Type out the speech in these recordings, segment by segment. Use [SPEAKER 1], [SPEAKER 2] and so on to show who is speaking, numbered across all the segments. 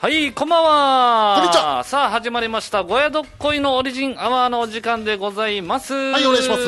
[SPEAKER 1] はい、こんばんは。
[SPEAKER 2] こんにちは。
[SPEAKER 1] さあ、始まりました。ご宿っ恋のオリジンアワーのお時間でございます。はい
[SPEAKER 2] お願いします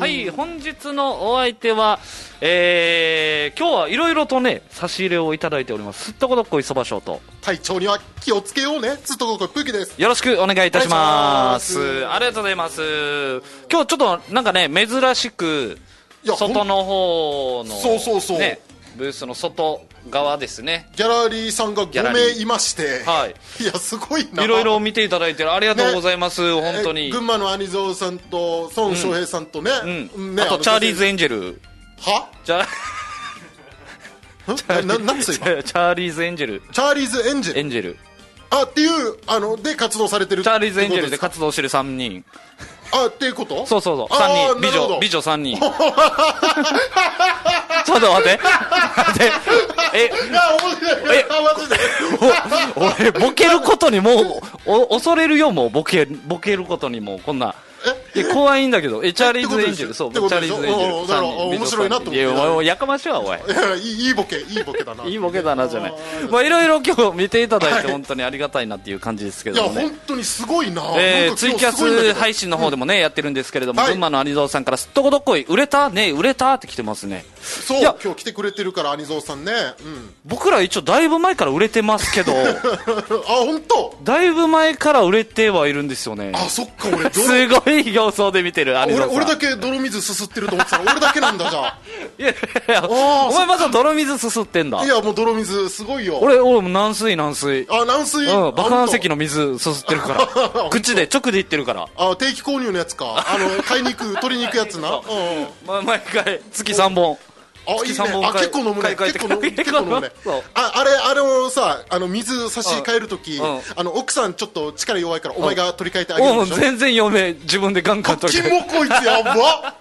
[SPEAKER 1] はい、本日のお相手は、えー、今日はいろいろとね、差し入れをいただいております。すっとこどっこいそばしょうと。
[SPEAKER 2] 体調には気をつけようね。ずっとここプーキです。
[SPEAKER 1] よろしくお願いいたします。
[SPEAKER 2] お願いします
[SPEAKER 1] ありがとうございます。今日ちょっとなんかね、珍しく、
[SPEAKER 2] いや
[SPEAKER 1] 外の方の、
[SPEAKER 2] そうそうそう
[SPEAKER 1] ね、ブースの外側ですね。
[SPEAKER 2] ギャラリーさんが
[SPEAKER 1] ギャラ
[SPEAKER 2] 5
[SPEAKER 1] リー
[SPEAKER 2] 名いまして、
[SPEAKER 1] はい。
[SPEAKER 2] いや、すごいな。
[SPEAKER 1] いろいろ見ていただいてるありがとうございます、
[SPEAKER 2] え
[SPEAKER 1] 本当に、
[SPEAKER 2] 群馬のアニゾウさんと、孫翔平さんとね、
[SPEAKER 1] うん
[SPEAKER 2] ね
[SPEAKER 1] あとチャーリーズ・
[SPEAKER 2] エ
[SPEAKER 1] エンジェル
[SPEAKER 2] は
[SPEAKER 1] じゃ
[SPEAKER 2] んなななんつう
[SPEAKER 1] チ
[SPEAKER 2] の今
[SPEAKER 1] ャーリーズ・エンジェル
[SPEAKER 2] チャーリーズエンジェ
[SPEAKER 1] エ
[SPEAKER 2] ル
[SPEAKER 1] ンジェル
[SPEAKER 2] あっていうあので活動されてる
[SPEAKER 1] チャーリーズ・エンジェル
[SPEAKER 2] って
[SPEAKER 1] で
[SPEAKER 2] こと
[SPEAKER 1] 活動してる3人
[SPEAKER 2] すかあっていうこと
[SPEAKER 1] そうそうそう
[SPEAKER 2] あー
[SPEAKER 1] 3人美
[SPEAKER 2] なるほど
[SPEAKER 1] 女美女3人 ちょっと待って待ってえ
[SPEAKER 2] いや面白い
[SPEAKER 1] え
[SPEAKER 2] あマジで
[SPEAKER 1] お俺ボケることにもうお恐れるよもうボケボケることにもうこんなえ怖いんだけどえチャーリーズ・エンジェルそう
[SPEAKER 2] っ
[SPEAKER 1] チ
[SPEAKER 2] て
[SPEAKER 1] ャ
[SPEAKER 2] こと
[SPEAKER 1] ー
[SPEAKER 2] で
[SPEAKER 1] リ
[SPEAKER 2] し
[SPEAKER 1] ー
[SPEAKER 2] ょ
[SPEAKER 1] ズ・エンジェル
[SPEAKER 2] おうおうだ
[SPEAKER 1] 3
[SPEAKER 2] から
[SPEAKER 1] 人
[SPEAKER 2] おう面白いなと思って
[SPEAKER 1] いやお前やかましいわおい
[SPEAKER 2] いやいいいいボケいいボケだない
[SPEAKER 1] い
[SPEAKER 2] や
[SPEAKER 1] ボケだなじゃない
[SPEAKER 2] あー。
[SPEAKER 1] まあいろいろ今日見ていただい
[SPEAKER 2] は
[SPEAKER 1] て
[SPEAKER 2] い
[SPEAKER 1] 本当にありがたいなっていう感じですけどもね。
[SPEAKER 2] 本当にすごいな,、
[SPEAKER 1] えー
[SPEAKER 2] なんか
[SPEAKER 1] ツ
[SPEAKER 2] 今
[SPEAKER 1] イ
[SPEAKER 2] 日
[SPEAKER 1] キャ
[SPEAKER 2] すごいんだけ
[SPEAKER 1] ス
[SPEAKER 2] ど
[SPEAKER 1] 配信の方でもね、やってるんですけれども、
[SPEAKER 2] はい
[SPEAKER 1] 群馬のアニゾウさんからすっとこどっこい、売れたねえ売れたって来てますね。
[SPEAKER 2] そう
[SPEAKER 1] いや
[SPEAKER 2] 今日来てくれてるからアニゾウさんねうん
[SPEAKER 1] 僕ら一応だいぶ前から売れてますけど、
[SPEAKER 2] あ本当
[SPEAKER 1] だいぶ前から売れてはいるんですよね。
[SPEAKER 2] あそっか 俺ど
[SPEAKER 1] すごい形相で見てる、アニゾウ
[SPEAKER 2] 俺
[SPEAKER 1] さん。
[SPEAKER 2] 俺だけ泥水すすってると思ってたら 俺だけなんだじゃ
[SPEAKER 1] いやいやいや
[SPEAKER 2] あー
[SPEAKER 1] お前まだ泥水すすってんだ
[SPEAKER 2] あい。やもう泥水すごいよ
[SPEAKER 1] 俺、俺も軟水軟水。
[SPEAKER 2] あ軟水
[SPEAKER 1] うん、爆弾石
[SPEAKER 2] の
[SPEAKER 1] の水すすってる から。口で直で言ってるから。
[SPEAKER 2] あ定期購入のやつかあの買いに行く取りに行く やつなうんあ
[SPEAKER 1] まあ、毎回月3本
[SPEAKER 2] いい
[SPEAKER 1] 月
[SPEAKER 2] ね
[SPEAKER 1] 三本
[SPEAKER 2] あ
[SPEAKER 1] 買い
[SPEAKER 2] 結構飲む
[SPEAKER 1] 買
[SPEAKER 2] ね
[SPEAKER 1] い替えて
[SPEAKER 2] 結構飲む 結構飲むね
[SPEAKER 1] そう
[SPEAKER 2] ああれあれをさあの水差し替えるとき
[SPEAKER 1] うんうん
[SPEAKER 2] あの奥さんちょっと力弱いからお前が取り替えてあげる
[SPEAKER 1] も
[SPEAKER 2] で
[SPEAKER 1] う
[SPEAKER 2] しょ
[SPEAKER 1] 全然嫁自分でガンガン取り
[SPEAKER 2] 金
[SPEAKER 1] 替え
[SPEAKER 2] もこいつやば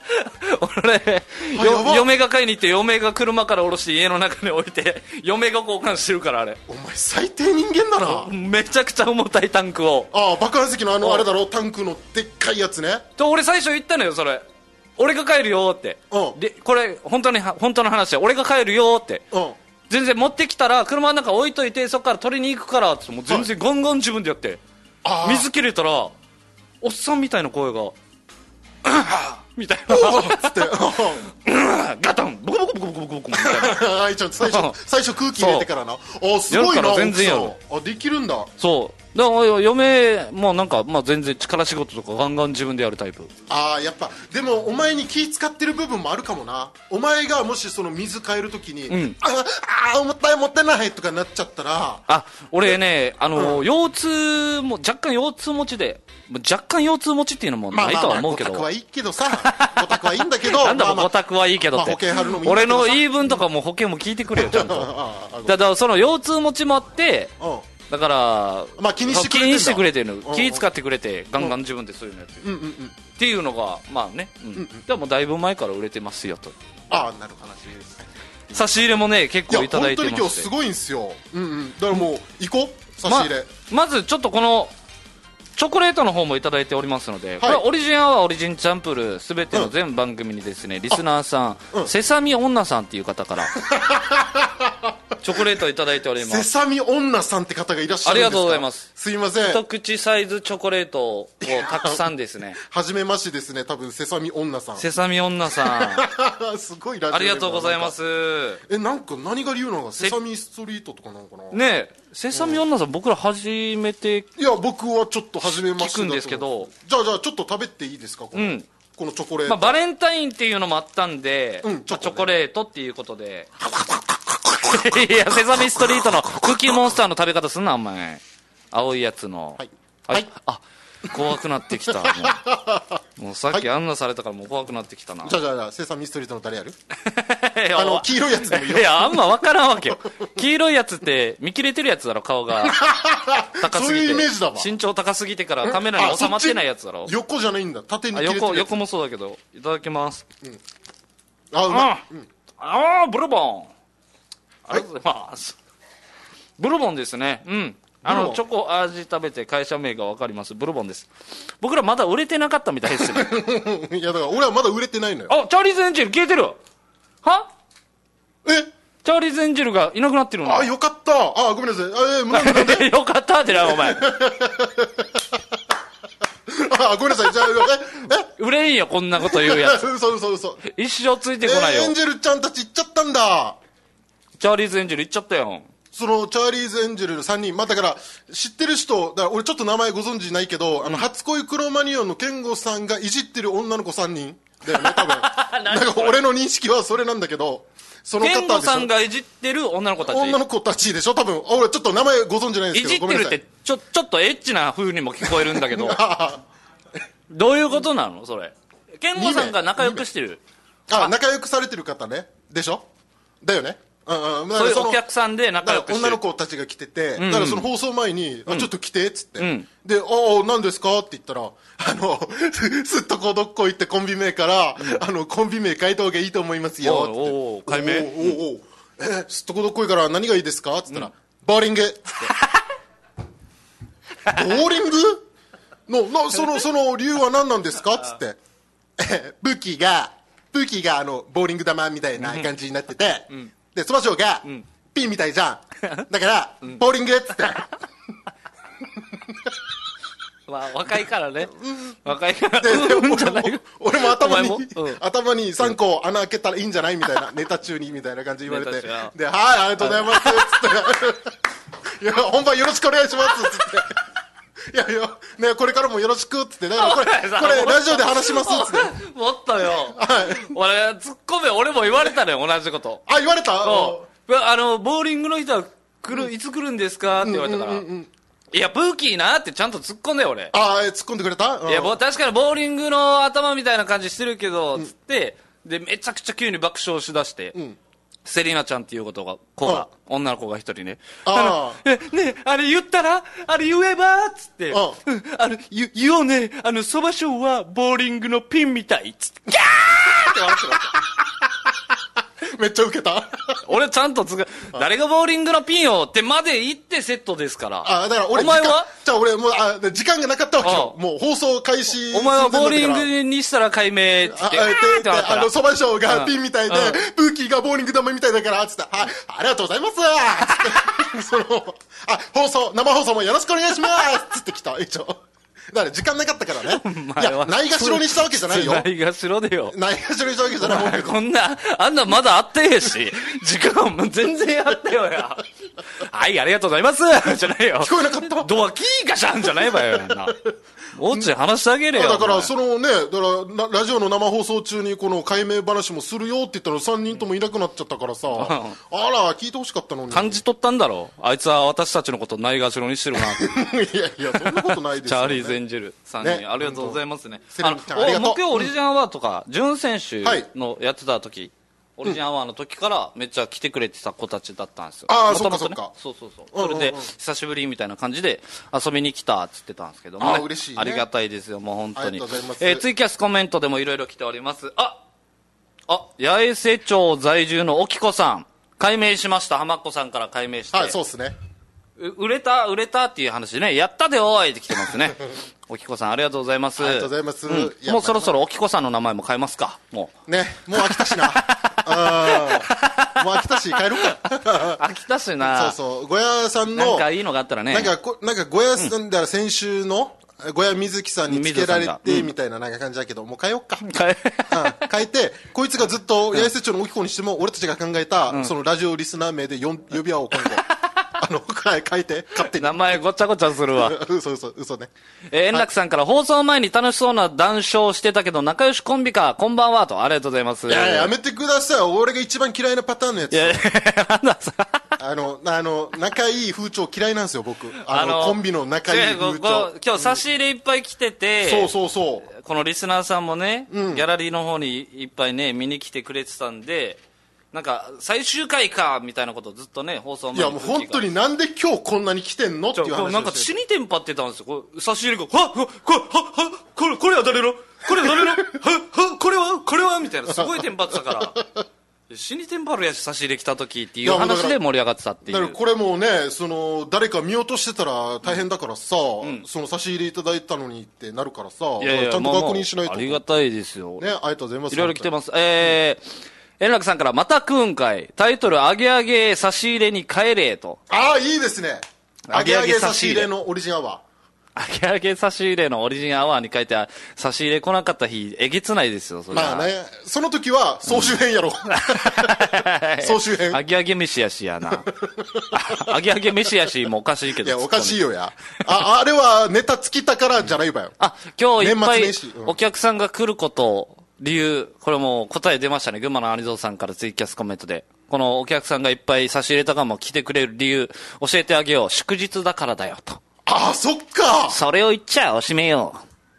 [SPEAKER 1] 俺
[SPEAKER 2] あや
[SPEAKER 1] よ
[SPEAKER 2] ば
[SPEAKER 1] 嫁が買いに行って嫁が車から降ろして家の中に置いて 嫁が交換してるからあれ
[SPEAKER 2] お前最低人間だな
[SPEAKER 1] めちゃくちゃ重たいタンクを
[SPEAKER 2] ああ爆破石のあ
[SPEAKER 1] うん
[SPEAKER 2] のあれだろタンクのでっかいやつね
[SPEAKER 1] と俺最初言ったのよそれ俺が帰るよって
[SPEAKER 2] うん
[SPEAKER 1] でこれ本当には本当の話で俺が帰るよって
[SPEAKER 2] うん
[SPEAKER 1] 全然持ってきたら車の中置いといてそこから取りに行くからってもう全然ガンガン自分でやって
[SPEAKER 2] ああ
[SPEAKER 1] 水切れたらおっさんみたいな声が みたいな
[SPEAKER 2] おうつってう ん
[SPEAKER 1] ガタンボコボコボコボコボコボコみたいな
[SPEAKER 2] あいちゃん最初最初空気入れてからなああすごい
[SPEAKER 1] やるか
[SPEAKER 2] な
[SPEAKER 1] ら全然やる
[SPEAKER 2] 奥さんあできるんだ
[SPEAKER 1] そうだから嫁もなんか、まあ、全然力仕事とかガンガン自分でやるタイプ
[SPEAKER 2] ああやっぱでもお前に気使ってる部分もあるかもなお前がもしその水変えるときに、
[SPEAKER 1] ん
[SPEAKER 2] ああーもったいもったいないとかなっちゃったら
[SPEAKER 1] あ俺ねあの、腰痛も若干腰痛持ちでもう若干腰痛持ちっていうのも
[SPEAKER 2] まあ
[SPEAKER 1] ない
[SPEAKER 2] まあ
[SPEAKER 1] とは
[SPEAKER 2] まあ
[SPEAKER 1] 思う
[SPEAKER 2] ご
[SPEAKER 1] け
[SPEAKER 2] た
[SPEAKER 1] ど、
[SPEAKER 2] くはいいけど さごたくはいいんだけど
[SPEAKER 1] なんだろ
[SPEAKER 2] まあ
[SPEAKER 1] う、
[SPEAKER 2] まあ
[SPEAKER 1] ごたくはいいけどって、
[SPEAKER 2] まあ保険張るのもいいんだ
[SPEAKER 1] 俺
[SPEAKER 2] けどさ
[SPEAKER 1] の言い分とかも保険も聞いてくれよちゃん と
[SPEAKER 2] あああ
[SPEAKER 1] だからその腰痛持ちもあって
[SPEAKER 2] ご
[SPEAKER 1] だから、
[SPEAKER 2] まあ気にしてくれてんだ
[SPEAKER 1] 気にしてくれてる
[SPEAKER 2] んうん
[SPEAKER 1] 気使ってくれてガンガン自分でそういうのやってる、
[SPEAKER 2] うんうんうんうん
[SPEAKER 1] っていうのがまあね、うんでもだいぶ前から売れてますよと
[SPEAKER 2] ああなる話です
[SPEAKER 1] 差し入れもね結
[SPEAKER 2] いや
[SPEAKER 1] 構いただいてま
[SPEAKER 2] 本当に今日
[SPEAKER 1] し
[SPEAKER 2] す
[SPEAKER 1] て
[SPEAKER 2] ごいんですよ、うんうん、だからもう行こう差し入れ、
[SPEAKER 1] ままずちょっとこのチョコレートの方もいただいておりますので、
[SPEAKER 2] い
[SPEAKER 1] これオリジンアワーオリジンチャンプルすべての全番組にですね、リスナーさん、
[SPEAKER 2] うん
[SPEAKER 1] セサミ女さんっていう方 からチョコレートいただいておりま
[SPEAKER 2] セ
[SPEAKER 1] す
[SPEAKER 2] サミ女さんって方がいらっしゃるんで
[SPEAKER 1] ありが
[SPEAKER 2] すか
[SPEAKER 1] とうございます
[SPEAKER 2] すいません
[SPEAKER 1] 一口サイズチョコレートをたくさんです ね
[SPEAKER 2] はじめましてですね多分セサミ女さん
[SPEAKER 1] セサミ女さ
[SPEAKER 2] すごいラジ
[SPEAKER 1] ん
[SPEAKER 2] オ
[SPEAKER 1] ありがとうございますす
[SPEAKER 2] えなんか何が理由なのかセサミストリートとかなのかな、
[SPEAKER 1] ねえセサミ女さん僕ら初めて
[SPEAKER 2] いや僕はちょっと初めまし
[SPEAKER 1] 聞
[SPEAKER 2] てだと
[SPEAKER 1] くんですけど
[SPEAKER 2] じゃあじゃあちょっと食べていいですかこの,、
[SPEAKER 1] うん
[SPEAKER 2] このチョコレー
[SPEAKER 1] まあ、
[SPEAKER 2] ト、
[SPEAKER 1] バレンタインっていうのもあったんで、
[SPEAKER 2] うん
[SPEAKER 1] まあチ
[SPEAKER 2] チョコね
[SPEAKER 1] ョコレートっていうことで。 いや、セサミストリートのクッキーモンスターの食べ方すんな、お前。青いやつの。
[SPEAKER 2] はい
[SPEAKER 1] あ
[SPEAKER 2] はい
[SPEAKER 1] あ、怖くなってきた。 もうもうさっきあんなされたからもう怖くなってきたな。
[SPEAKER 2] じゃあじゃあじゃあセサミストリートの誰やる
[SPEAKER 1] いや
[SPEAKER 2] あの黄色いやつでもいいよ
[SPEAKER 1] いや、あんまわからんわけよ。黄色いやつって、見切れてるやつだろ、顔 が。高すぎて。
[SPEAKER 2] そういうイメージだわ
[SPEAKER 1] 身長高すぎてからカメラに収まってないやつだろ
[SPEAKER 2] あそっち。横じゃないんだ縦に
[SPEAKER 1] あ
[SPEAKER 2] 切れてるや
[SPEAKER 1] 横、
[SPEAKER 2] つ
[SPEAKER 1] 横もそうだけど。いただきます。
[SPEAKER 2] あうまい
[SPEAKER 1] あ、あーブルボンありがとうございます、ブルボンですねうんあ
[SPEAKER 2] ブ
[SPEAKER 1] の
[SPEAKER 2] ルボン
[SPEAKER 1] チョコ味食べて会社名がわかりますブルボンです僕らまだ売れてなかったみたい ですね
[SPEAKER 2] いやだから俺はまだ売れてないのよ
[SPEAKER 1] あチャーリーズエンジェル消えてるは
[SPEAKER 2] え
[SPEAKER 1] チャーリーズ・エンジェルがいなくなってるの
[SPEAKER 2] あ、よかった。あ、ごめんなさい。あ、えー、なんでなんで
[SPEAKER 1] よかったってな、お前。
[SPEAKER 2] あ、ごめんなさい。じゃあ、
[SPEAKER 1] 売れんよ、こんなこと言う
[SPEAKER 2] え、え、
[SPEAKER 1] やつ。
[SPEAKER 2] 嘘嘘嘘。
[SPEAKER 1] 一生ついて
[SPEAKER 2] え
[SPEAKER 1] こないよ
[SPEAKER 2] ー、エ。ンジェルちゃんたち行っちゃったんだ。
[SPEAKER 1] チャーリーズ・エンジェル行っちゃったよ。
[SPEAKER 2] そのチャーリーズ・エンジェルの3人、まあ、だから知ってる人、だから俺ちょっと名前ご存知ないけど、あの初恋クロマニオンのケンゴさんがいじってる女の子3人だよね、 多分なんか俺の認識はそれなんだけど、その
[SPEAKER 1] ケン
[SPEAKER 2] 方
[SPEAKER 1] ゴ
[SPEAKER 2] でし
[SPEAKER 1] さ
[SPEAKER 2] ょ
[SPEAKER 1] ん、がいじってる女の子たち。
[SPEAKER 2] 女の子たちでしょ、多分俺ちょっと名前ご存知ないんで
[SPEAKER 1] い
[SPEAKER 2] す
[SPEAKER 1] じ
[SPEAKER 2] け
[SPEAKER 1] っ
[SPEAKER 2] ど、ご
[SPEAKER 1] て
[SPEAKER 2] めん
[SPEAKER 1] るっ
[SPEAKER 2] なさい
[SPEAKER 1] て。、ちょ、ちょっとエッチな風にも聞こえるんだけど、
[SPEAKER 2] あ
[SPEAKER 1] どういうことなのそれ。ケンゴさんが仲良くしてる。
[SPEAKER 2] あ、仲良くされてる方ね、でしょ、だよね。うんうん、だか
[SPEAKER 1] そう
[SPEAKER 2] ら
[SPEAKER 1] いう
[SPEAKER 2] その
[SPEAKER 1] お客さんで仲
[SPEAKER 2] だ
[SPEAKER 1] 良
[SPEAKER 2] か
[SPEAKER 1] く
[SPEAKER 2] ら
[SPEAKER 1] して
[SPEAKER 2] 女
[SPEAKER 1] る
[SPEAKER 2] の。子たちが来てて、
[SPEAKER 1] ん
[SPEAKER 2] だからその放送前に、あちょっと来てっつって、
[SPEAKER 1] うん
[SPEAKER 2] で、ああ、何ですかって言ったら、あの、 すっとこどっこ行ってコンビ名から、あの、コンビ名変えた方がいいと思いますよって言って。
[SPEAKER 1] おうおう改名
[SPEAKER 2] おうおうおうえ、すっとこどっこいから何がいいですかって言ったら、ボーリング っつって。ボーリングの、の、その、その理由は何なんですかっつって。え武器が武器があのボーリング玉みたいな感じになってて、でスマッショーが、ピンみたいじゃんだから、ボーリングっつって
[SPEAKER 1] まあ、若いからね。若いから。
[SPEAKER 2] で
[SPEAKER 1] うんじゃ
[SPEAKER 2] 俺
[SPEAKER 1] な
[SPEAKER 2] も
[SPEAKER 1] いよ
[SPEAKER 2] 俺も頭に
[SPEAKER 1] お前もうん
[SPEAKER 2] 頭に3個穴開けたらいいんじゃないみたいなネタ中にみたいな感じ言われて
[SPEAKER 1] ネ
[SPEAKER 2] で
[SPEAKER 1] タ中
[SPEAKER 2] 「はいありがとうございます」つ って「いや本番よろしくお願いします」つって「いやいや、ね、これからもよろしく」っつって「だからこ
[SPEAKER 1] お
[SPEAKER 2] れ
[SPEAKER 1] 前さ
[SPEAKER 2] これラジオで話します」つって
[SPEAKER 1] もっとよ。俺、ツッコミ、俺も言われたのよ、同じこと。
[SPEAKER 2] あ言われた
[SPEAKER 1] そうあの、ボーリングの人は来る、いつ来るんですかって言われたから、いや、ブーキーなってちゃんと突っ込んだよ、俺。
[SPEAKER 2] あ突っ込んでくれた、うん
[SPEAKER 1] いや、ぼ確かにボーリングの頭みたいな感じしてるけど、つって、で、めちゃくちゃ急に爆笑しだして、セリナちゃんっていうことが、子が、女の子が一人ね。
[SPEAKER 2] あ
[SPEAKER 1] のえねえ、あれ言ったらあれ言えばつって、
[SPEAKER 2] ああ
[SPEAKER 1] うんあの、ゆ言おうね、あの、そばショーはボーリングのピンみたい、つって。
[SPEAKER 2] めっちゃウケた
[SPEAKER 1] 俺ちゃんとつが、誰がボーリングのピンをってまで言ってセットですから。
[SPEAKER 2] あ、だから俺、
[SPEAKER 1] お前
[SPEAKER 2] 時間
[SPEAKER 1] は
[SPEAKER 2] じゃあ俺、もう、あ、で時間がなかったわけよ
[SPEAKER 1] あ。あ
[SPEAKER 2] もう放送開始。
[SPEAKER 1] お前はボーリン
[SPEAKER 2] に。
[SPEAKER 1] グにしたら解明っつ
[SPEAKER 2] あ、
[SPEAKER 1] って、
[SPEAKER 2] あ
[SPEAKER 1] あー
[SPEAKER 2] で
[SPEAKER 1] っ
[SPEAKER 2] で
[SPEAKER 1] てなった
[SPEAKER 2] あ
[SPEAKER 1] ら
[SPEAKER 2] の、。そばショーが
[SPEAKER 1] うん
[SPEAKER 2] ピンみたいで、ブーキーがボーリング玉みたいだから、つって、はい、ありがとうございますつって その、あ、放送、生放送もよろしくお願いしますつって来た、一応。だから時間なかったからね。 い
[SPEAKER 1] 前は
[SPEAKER 2] や、ないがしろにしたわけじゃないよ。な
[SPEAKER 1] ないがしろでよ。
[SPEAKER 2] いがしろにしたわけじゃないもん。
[SPEAKER 1] こんな、あんなまだあってへん し、時間も全然あったよや。はい、ありがとうござい ますじゃないよ。
[SPEAKER 2] 聞こえなかった
[SPEAKER 1] ドアキーガシャンじゃないわよ、やん な。もうちょい話してあげれよ。
[SPEAKER 2] だか
[SPEAKER 1] お
[SPEAKER 2] ら、
[SPEAKER 1] 前
[SPEAKER 2] そのね、だからラ、ラジオの生放送中に、この解明話もするよって言ったら、3人ともいなくなっちゃったからさ、あら、聞いてほしかったのに。
[SPEAKER 1] 感じ取ったんだろあいつは私たちのことないがしろにしてるなって。
[SPEAKER 2] いやいや、そんなことないです
[SPEAKER 1] チ
[SPEAKER 2] よ、
[SPEAKER 1] ャ
[SPEAKER 2] ね。
[SPEAKER 1] ーリーズ・エンジェルさんに、
[SPEAKER 2] ね
[SPEAKER 1] ありがとうございますね。
[SPEAKER 2] セレ
[SPEAKER 1] あ
[SPEAKER 2] ブ
[SPEAKER 1] の
[SPEAKER 2] ちゃんありがとう
[SPEAKER 1] お木曜オリジナルアワーとか、ジュン選手
[SPEAKER 2] はい
[SPEAKER 1] のやってた時、オリジナルアワーの時からめっちゃ来てくれてた子たちだったんですよ。
[SPEAKER 2] あー
[SPEAKER 1] もともとね
[SPEAKER 2] そっか
[SPEAKER 1] そうそうそう。
[SPEAKER 2] うんう
[SPEAKER 1] そ
[SPEAKER 2] んうん
[SPEAKER 1] れで、久しぶりみたいな感じで遊びに来たっつってたんですけども、
[SPEAKER 2] あー嬉しいね
[SPEAKER 1] ありがたいですよ、もう本当に。
[SPEAKER 2] ありがとうございます
[SPEAKER 1] えーツイキャスコメントでもいろいろ来ております。ああ、八重瀬町在住のおきこさん。解明しました。浜っ子さんから解明して。
[SPEAKER 2] はい、そうですね。
[SPEAKER 1] う売れた、売れたっていう話でね、やったでおーいって来て ますね。おきこさん、ありがとうございます。
[SPEAKER 2] ありがとうございます
[SPEAKER 1] ん
[SPEAKER 2] いや
[SPEAKER 1] もうそろそろおきこさんの名前も変えますか。もう。
[SPEAKER 2] ね、もう飽きたし な。うん。もう飽きたし、帰ろうか。
[SPEAKER 1] 飽きたし
[SPEAKER 2] そう
[SPEAKER 1] な。
[SPEAKER 2] そう、小屋さんの、
[SPEAKER 1] なんかいいのがあったらね。
[SPEAKER 2] なんかこなんか小屋さんだから先週の、小屋水木さんにつけられ
[SPEAKER 1] 水木さんが
[SPEAKER 2] て、みたいななんか感じだけど、もう変えようか。
[SPEAKER 1] 変え、
[SPEAKER 2] うん変えて、こいつがずっと、八重瀬町の大きい子にしても、俺たちが考えた、そのラジオリスナー名で呼ん呼び合おう、 今後。あの、はい変えて、勝手に。
[SPEAKER 1] 名前ごちゃごちゃするわ。
[SPEAKER 2] 嘘嘘嘘ね。
[SPEAKER 1] えー円楽さんから放送前に楽しそうな談笑してたけど、仲良しコンビか、こんばんはと、ありがとうございます。
[SPEAKER 2] いやいややめてください。俺が一番嫌いなパターンのやつ
[SPEAKER 1] い。やいや なんださ。
[SPEAKER 2] あの、あの、仲いい風潮嫌いなんですよ、僕。あの、コンビの仲いい
[SPEAKER 1] 違うこ
[SPEAKER 2] 風
[SPEAKER 1] こ
[SPEAKER 2] 潮。
[SPEAKER 1] 今日差し入れいっぱい来てて。
[SPEAKER 2] そうそうそう。
[SPEAKER 1] このリスナーさんもね、ギャラリーの方にいっぱいね、見に来てくれてたんで、なんか、最終回か、みたいなことをずっとね、放送
[SPEAKER 2] いや、もう本当
[SPEAKER 1] に。
[SPEAKER 2] になんで今日こんなに来てんのっていう
[SPEAKER 1] こう
[SPEAKER 2] 話
[SPEAKER 1] なんか
[SPEAKER 2] を
[SPEAKER 1] 死
[SPEAKER 2] して。
[SPEAKER 1] にテンパってたんですよ。こう差し入れが、ははこれ、ははこれ、これは誰のこれは 誰のははこれはこれはみたいな、すごいテンパってたから。 死にテンパるやつ差し入れ来た時っていう
[SPEAKER 2] いやもうだから
[SPEAKER 1] 話で盛り上がってたってい
[SPEAKER 2] だから
[SPEAKER 1] う。
[SPEAKER 2] これもね、その、誰か見落としてたら大変だからさ、その差し入れいただいたのにってなるからさ、ちゃんと
[SPEAKER 1] まあまあ
[SPEAKER 2] 確認しないと。
[SPEAKER 1] ありがたいですよ。
[SPEAKER 2] ね、ありがとうございます。
[SPEAKER 1] いろいろ来て
[SPEAKER 2] す。
[SPEAKER 1] ます。えー円楽さんからまた食うんかい。タイトル、あげあげ差し入れに帰れと。
[SPEAKER 2] ああいいですね
[SPEAKER 1] 揚
[SPEAKER 2] 揚
[SPEAKER 1] げ
[SPEAKER 2] げ
[SPEAKER 1] 揚
[SPEAKER 2] 揚
[SPEAKER 1] げ
[SPEAKER 2] げ
[SPEAKER 1] 差
[SPEAKER 2] 差
[SPEAKER 1] し
[SPEAKER 2] し
[SPEAKER 1] 入
[SPEAKER 2] 入
[SPEAKER 1] れ
[SPEAKER 2] れのオリジンアワ
[SPEAKER 1] あげあげ差し入れのオリジンアワーに書いてある、差し入れ来なかった日、えげつないですよ、そ
[SPEAKER 2] ー
[SPEAKER 1] れは。
[SPEAKER 2] まあねその時は総集編やろう、 総集編
[SPEAKER 1] あげあげ飯やしやな。 あげあげ飯やしもおかしいけど。
[SPEAKER 2] いやおかしい
[SPEAKER 1] よ。
[SPEAKER 2] よやああれはネタ尽きたからじゃないばよ
[SPEAKER 1] あ、今日いっぱい
[SPEAKER 2] 年末年始うん
[SPEAKER 1] お客さんが来ること、理由、これもう答え出ましたね。群馬の有蔵さんからツイキャスコメントで。このお客さんがいっぱい差し入れたかも来てくれる理由、教えてあげよう。祝日だからだよ、と。
[SPEAKER 2] ああそっか
[SPEAKER 1] それを言っちゃおしめよ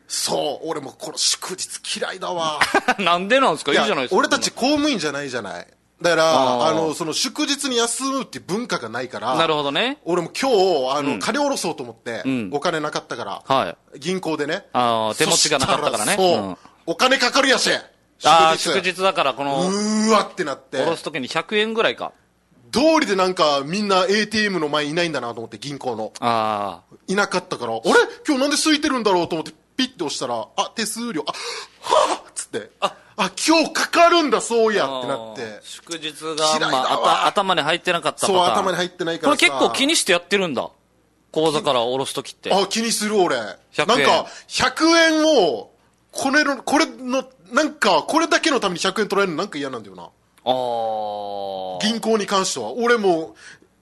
[SPEAKER 2] そう俺もこの祝日嫌いだわ
[SPEAKER 1] う。なんでなんですか いいじゃないですか。
[SPEAKER 2] 俺たち公務員じゃないじゃないだから
[SPEAKER 1] あー
[SPEAKER 2] あのその祝日に休むっていう文化がないから
[SPEAKER 1] なるほどね。
[SPEAKER 2] 俺も今日あの、金下ろそうと思って、お金なかったから、
[SPEAKER 1] は
[SPEAKER 2] 銀行でね
[SPEAKER 1] あー手持ちがなかったからね
[SPEAKER 2] そした
[SPEAKER 1] う
[SPEAKER 2] そうんお金かかるやし
[SPEAKER 1] ああ、祝日だから、この、
[SPEAKER 2] うーわってなって
[SPEAKER 1] おろすときに100円ぐらいか。
[SPEAKER 2] 通りでなんかみんな ATM の前いないんだなと思って銀行の
[SPEAKER 1] ああ。
[SPEAKER 2] いなかったからあれ今日なんで空いてるんだろうと思ってピッて押したらあ手数料あはあっつってあ今日かかるんだそうやってなっ
[SPEAKER 1] あー
[SPEAKER 2] て
[SPEAKER 1] 祝日が、
[SPEAKER 2] 嫌いだ
[SPEAKER 1] ま
[SPEAKER 2] わ
[SPEAKER 1] あ、あた頭に入ってなかったパター
[SPEAKER 2] そう
[SPEAKER 1] ン
[SPEAKER 2] 頭に入ってないから
[SPEAKER 1] これ結構気にしてやってるんだ口座から下ろすときって
[SPEAKER 2] あ気にする俺
[SPEAKER 1] 100
[SPEAKER 2] なん
[SPEAKER 1] 円
[SPEAKER 2] か100円をこれのこれのなんかこれだけのために100円取られるのなんか嫌なんだよな
[SPEAKER 1] あー
[SPEAKER 2] 銀行に関しては俺も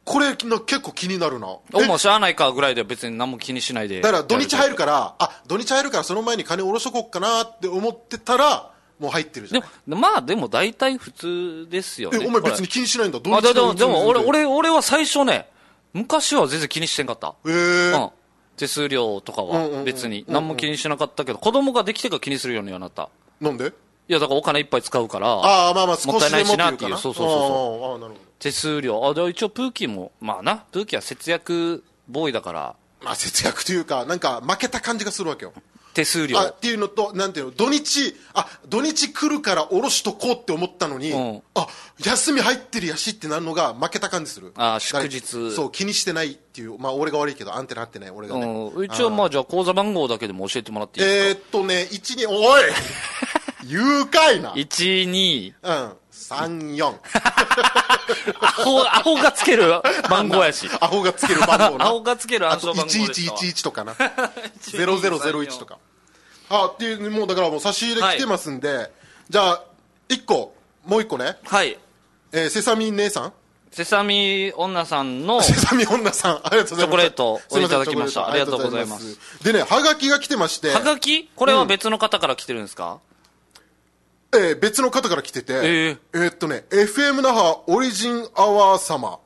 [SPEAKER 2] これな結構気になるな
[SPEAKER 1] お
[SPEAKER 2] え
[SPEAKER 1] もうしゃあないかぐらいで別に何も気にしないで
[SPEAKER 2] だから土日
[SPEAKER 1] やる
[SPEAKER 2] 入るからあ土日入るからその前に金下ろしとこうかなって思ってたらもう入ってるじゃん
[SPEAKER 1] でもまあでも大体普通ですよ
[SPEAKER 2] え
[SPEAKER 1] ね
[SPEAKER 2] お前
[SPEAKER 1] これ
[SPEAKER 2] 別に気にしないんだ土日
[SPEAKER 1] あででもでも俺
[SPEAKER 2] え
[SPEAKER 1] 俺俺は最初ね昔は全然気にしてんかった、
[SPEAKER 2] え
[SPEAKER 1] うん手数料とか
[SPEAKER 2] うんうんう
[SPEAKER 1] は
[SPEAKER 2] ん
[SPEAKER 1] 別に何も気にしなかったけど子供ができてから気にするようにはなった
[SPEAKER 2] なんで
[SPEAKER 1] いやだからお金いっぱい使うから
[SPEAKER 2] ああまあま
[SPEAKER 1] も
[SPEAKER 2] あ少
[SPEAKER 1] ったい
[SPEAKER 2] し
[SPEAKER 1] ない
[SPEAKER 2] でも
[SPEAKER 1] し
[SPEAKER 2] ってい
[SPEAKER 1] な
[SPEAKER 2] う
[SPEAKER 1] って
[SPEAKER 2] か
[SPEAKER 1] いう
[SPEAKER 2] な
[SPEAKER 1] そうそうそうそう
[SPEAKER 2] ああああなるほ
[SPEAKER 1] 手数料あでも一応プーキーもまあなプーキーは節約ボーイだから
[SPEAKER 2] どまあ節約というかなんか負けた感じがするわけよ
[SPEAKER 1] 手数料
[SPEAKER 2] あっていうのとなんていうの土日あ土日来るから下ろしとこうって思ったのに、
[SPEAKER 1] うん
[SPEAKER 2] あ休み入ってるやしってなるのが負けた感じする
[SPEAKER 1] あ祝日
[SPEAKER 2] だからそう気にしてないっていうまあ俺が悪いけどアンテナ張ってない俺がね、
[SPEAKER 1] うん、一応まあじゃあ口座番号だけでも教えてもらっていい
[SPEAKER 2] えー、っとね12おい 誘拐な
[SPEAKER 1] 12
[SPEAKER 2] うん34
[SPEAKER 1] アホアホがつけ る番号やし
[SPEAKER 2] アホがつける番号
[SPEAKER 1] ア
[SPEAKER 2] な
[SPEAKER 1] ホがつける
[SPEAKER 2] あ
[SPEAKER 1] 暗
[SPEAKER 2] と
[SPEAKER 1] 証番号でしたわ
[SPEAKER 2] 1111と かな0001とかあっていうもうだからもう差し入れ来てますんで、じゃあ1個もう1個ね、
[SPEAKER 1] はい
[SPEAKER 2] えーセサミン姉さ ん
[SPEAKER 1] セサミ女さんの
[SPEAKER 2] セサミ女さん、ありがとうございます。
[SPEAKER 1] チョコレートを
[SPEAKER 2] すません
[SPEAKER 1] いただきました
[SPEAKER 2] チョコレート
[SPEAKER 1] ありがとうございます
[SPEAKER 2] ありがとうございますでね、ハガキが来てまして、
[SPEAKER 1] ハガキこれは別の方から来てるんですか、
[SPEAKER 2] えー別の方から来てて、え
[SPEAKER 1] え
[SPEAKER 2] ーっとね、FM 那覇オリジンアワー様、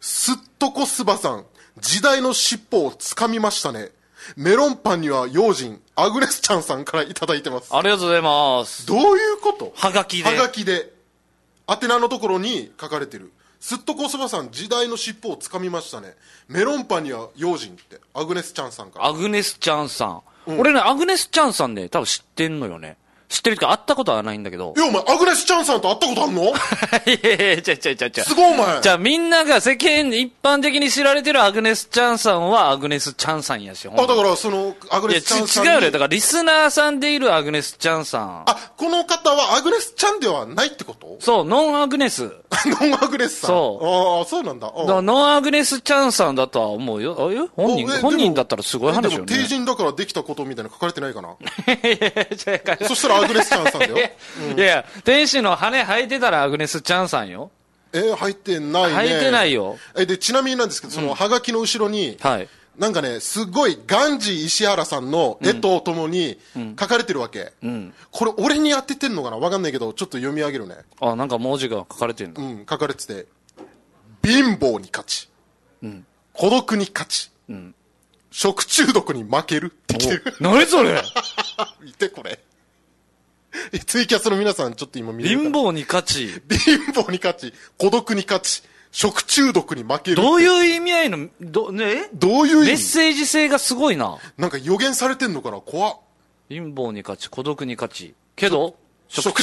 [SPEAKER 2] すっとこすばさん、時代の尻尾をつかみましたね。メロンパンには用心、アグネスちゃんさんからいただいてます。
[SPEAKER 1] ありがとうございます
[SPEAKER 2] どういうこと
[SPEAKER 1] ハガキで
[SPEAKER 2] はがきで宛名のところに書かれてる「すっとこそばさん時代の尻尾をつかみましたねメロンパンには用心」ってアグネス・チャンさんから
[SPEAKER 1] アグネス・ちゃんさん、俺ねアグネス・ちゃんさんね多分知ってんのよね知ってるか会ったことはないんだけ ど
[SPEAKER 2] いやお前アグネス・チャンさんと会ったことあん の
[SPEAKER 1] いやいやいやちゃちゃちゃちゃ
[SPEAKER 2] すごいお前
[SPEAKER 1] じゃあみんなが世間一般的に知られてるアグネス・チャンさんはアグネス・チャンさんやし、ほん
[SPEAKER 2] あ
[SPEAKER 1] と
[SPEAKER 2] だからそのアグ
[SPEAKER 1] い
[SPEAKER 2] ネ
[SPEAKER 1] や、
[SPEAKER 2] ス・
[SPEAKER 1] ち
[SPEAKER 2] チャンさんに
[SPEAKER 1] 違うよ。だからリスナーさんでいるアグネス・チャンさん。
[SPEAKER 2] あこの方はアグネス・チャンではないってこと
[SPEAKER 1] そう、ノンアグネス。だか
[SPEAKER 2] ノンアグネスさん
[SPEAKER 1] そ
[SPEAKER 2] ああそうなんだあ
[SPEAKER 1] らノンアグネス・チャンさんだとは思うよ。あえ本人
[SPEAKER 2] おえで、も
[SPEAKER 1] 本人だったらすごい
[SPEAKER 2] えで
[SPEAKER 1] 話
[SPEAKER 2] も
[SPEAKER 1] よね。
[SPEAKER 2] 定人だからできたことみたいなの書かれてないかな
[SPEAKER 1] いやいや違うから
[SPEAKER 2] そしたらアグネス・チャンさんだ よ
[SPEAKER 1] いやいや、天使の羽生えてたらアグネス・チャンさんよ。
[SPEAKER 2] えー入ってないね
[SPEAKER 1] 入ってないよ
[SPEAKER 2] えでちなみになんですけどそのハガキの後ろに、
[SPEAKER 1] はい。
[SPEAKER 2] なんかね、すごいガンジー石原さんの絵とともに書かれてるわけ、これ、俺に当ててんのかな、わかんないけど、ちょっと読み上げるね、
[SPEAKER 1] あ、なんか文字が書かれてる
[SPEAKER 2] う
[SPEAKER 1] の。
[SPEAKER 2] ん、書かれてて、貧乏に勝ち、孤独に勝ち、食中毒に負けるってきてる、
[SPEAKER 1] お 何それ
[SPEAKER 2] 見て、これ、えツイキャスの皆さん、ちょっと今見れる
[SPEAKER 1] 貧
[SPEAKER 2] かな
[SPEAKER 1] 乏に勝ち。
[SPEAKER 2] 貧乏に勝ち、孤独に勝ち、食中毒に負ける、
[SPEAKER 1] どういう意味合いの、ど、ね
[SPEAKER 2] どういう
[SPEAKER 1] メ
[SPEAKER 2] 意
[SPEAKER 1] ッ
[SPEAKER 2] 味、
[SPEAKER 1] セージ性がすごいな。
[SPEAKER 2] なんか予言されてんのかな、怖っ。
[SPEAKER 1] 貧乏に勝ち、孤独に勝ち。けど、
[SPEAKER 2] 食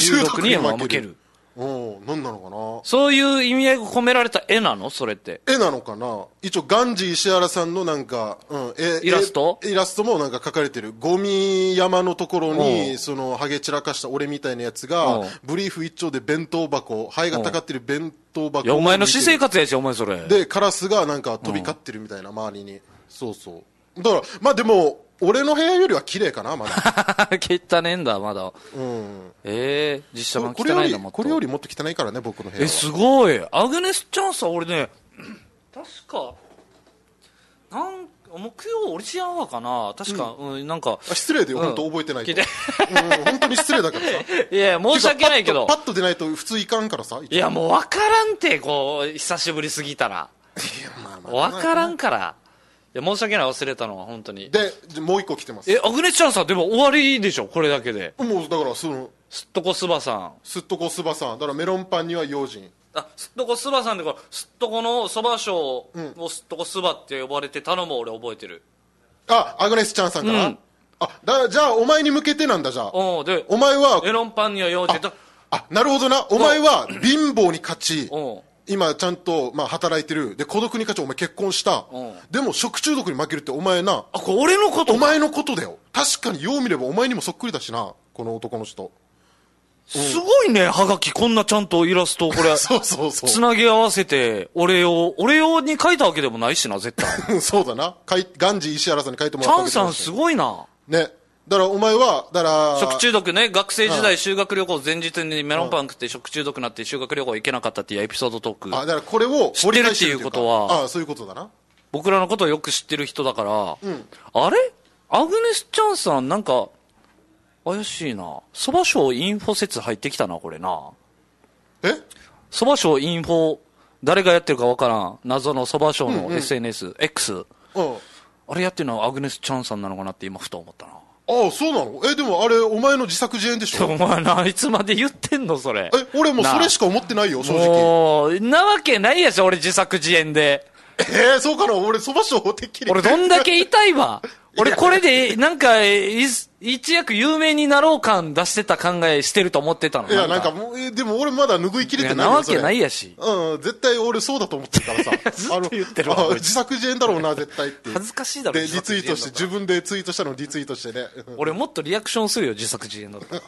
[SPEAKER 1] 食中毒に
[SPEAKER 2] 食中毒に
[SPEAKER 1] は
[SPEAKER 2] 負
[SPEAKER 1] 負
[SPEAKER 2] け
[SPEAKER 1] け
[SPEAKER 2] る
[SPEAKER 1] る。
[SPEAKER 2] おー何なのかな
[SPEAKER 1] そういう意味合いが込められた絵なのそれって。
[SPEAKER 2] 絵なのかな一応ガンジー石原さんのなんか、うん、絵
[SPEAKER 1] イラスト
[SPEAKER 2] 絵イラストもなんか描かれてるゴミ山のところにそのハゲ散らかした俺みたいなやつが
[SPEAKER 1] うん
[SPEAKER 2] ブリーフ一丁で弁当箱ハエがたかってる弁当箱を
[SPEAKER 1] いや、お前の
[SPEAKER 2] 見て
[SPEAKER 1] 私
[SPEAKER 2] る
[SPEAKER 1] 生活やし、お前それ。
[SPEAKER 2] でカラスがなんか飛び交ってるみたいな周りに、そうそうだからまあでも俺の部屋よりは綺麗かなまだ、
[SPEAKER 1] 汚ねえんだ、まだ。
[SPEAKER 2] うん、
[SPEAKER 1] ええ実写版
[SPEAKER 2] これよ
[SPEAKER 1] 汚いん
[SPEAKER 2] り
[SPEAKER 1] だ、もっと。
[SPEAKER 2] これよりもっと汚いからね僕の部屋
[SPEAKER 1] え、
[SPEAKER 2] は
[SPEAKER 1] すごい。アグネス・チャンスは俺ね、確か、なん木曜オリジンアワーかな確か、うん、なんか、
[SPEAKER 2] あ失礼だよ、
[SPEAKER 1] うん
[SPEAKER 2] 本当覚えてないと
[SPEAKER 1] 聞いて
[SPEAKER 2] うん、本当に失礼だからさ
[SPEAKER 1] いや、 申し訳ないけど
[SPEAKER 2] パッと。パッと出ないと普通いかんからさ
[SPEAKER 1] いや、もう分からんて、こう、久しぶりすぎたら。
[SPEAKER 2] まあまあ
[SPEAKER 1] 分からんから。いや、申し訳ない、忘れたのは、本当に。
[SPEAKER 2] でじゃもう一個来てます
[SPEAKER 1] え、アグネス・チャンスはでも終わりでしょ、これだけで。
[SPEAKER 2] もうだからその
[SPEAKER 1] すっとこすばさん。
[SPEAKER 2] すっとこすばさんだからメロンパンには用心
[SPEAKER 1] あ、すっとこすばさんで、この、すっとこのそば賞をすっとこすばって呼ばれてたのも俺覚えてる。
[SPEAKER 2] あアグネス・チャンさんから、
[SPEAKER 1] うん
[SPEAKER 2] あだじゃあお前に向けてなんだじゃあ
[SPEAKER 1] おうで、
[SPEAKER 2] お前は
[SPEAKER 1] メロンパンには用心と。
[SPEAKER 2] あなるほどなお前は貧乏に勝ち
[SPEAKER 1] おう
[SPEAKER 2] 今ちゃんと、まあ、働いてるで孤独に勝ちお前結婚した
[SPEAKER 1] うん
[SPEAKER 2] でも食中毒に負けるってお前な
[SPEAKER 1] あ、これ俺のこと
[SPEAKER 2] お前のことだよ確かによう見ればお前にもそっくりだしなこの男の人
[SPEAKER 1] すごいね、はがき。こんなちゃんとイラストをこれ、
[SPEAKER 2] そうそうそう
[SPEAKER 1] つなぎ合わせて、俺を、俺用に書いたわけでもないしな、絶 対。
[SPEAKER 2] うんそうだなかいガンジー石原さんに書いても
[SPEAKER 1] チ
[SPEAKER 2] らった
[SPEAKER 1] ャ
[SPEAKER 2] わ
[SPEAKER 1] ン
[SPEAKER 2] け
[SPEAKER 1] さんすごいな。
[SPEAKER 2] ねだからお前はだから
[SPEAKER 1] 食中毒ね、学生時
[SPEAKER 2] う
[SPEAKER 1] 代修学旅行前日にメロンパン食って食中毒になって修学旅行行けなかったっていうエピソードトーク。
[SPEAKER 2] あだからこれを
[SPEAKER 1] 知ってるっていう
[SPEAKER 2] 掘り返し
[SPEAKER 1] ことは
[SPEAKER 2] あそういうことだな
[SPEAKER 1] 僕らのことをよく知ってる人だから、あれアグネス・チャンさんなんか、怪しいな。蕎麦賞インフォ説入ってきたな、これな。
[SPEAKER 2] え
[SPEAKER 1] 蕎麦賞インフォ、誰がやってるかわからん。謎の蕎麦賞の SNS、X。
[SPEAKER 2] うん
[SPEAKER 1] あれやってるのはアグネス・チャンさんなのかなって今ふと思ったな。
[SPEAKER 2] ああそうなのえでもあれお前の自作自演でしょ
[SPEAKER 1] お前な、いつまで言ってんの、それ。
[SPEAKER 2] え俺もうそれしか思ってないよ正直
[SPEAKER 1] もう、なわけないやし、俺自作自演で。
[SPEAKER 2] えー、そうかな俺そばしょうてっきり
[SPEAKER 1] 俺どんだけ痛い わ。俺これで、なんか、い一躍有名になろう感出してた考えしてると思ってたの。
[SPEAKER 2] いやなんかもうえでも俺まだ拭いき
[SPEAKER 1] い
[SPEAKER 2] れ
[SPEAKER 1] や
[SPEAKER 2] てない
[SPEAKER 1] な
[SPEAKER 2] よ
[SPEAKER 1] わ
[SPEAKER 2] それ
[SPEAKER 1] けないやし。
[SPEAKER 2] うん、絶対俺そうだと思ってるからさ。 ず
[SPEAKER 1] っと言ってるわ
[SPEAKER 2] あの
[SPEAKER 1] こいつ
[SPEAKER 2] 自作自演だろうな、絶対って。
[SPEAKER 1] 恥ずかしいだろ
[SPEAKER 2] で、リ
[SPEAKER 1] 自作
[SPEAKER 2] ツイ
[SPEAKER 1] 自
[SPEAKER 2] ー
[SPEAKER 1] 演だ
[SPEAKER 2] ト
[SPEAKER 1] っ
[SPEAKER 2] したて、
[SPEAKER 1] ら
[SPEAKER 2] 自分でツイートしたのをリツイートしてね。うん
[SPEAKER 1] 俺もっとリアクションするよ、自作自演だったら。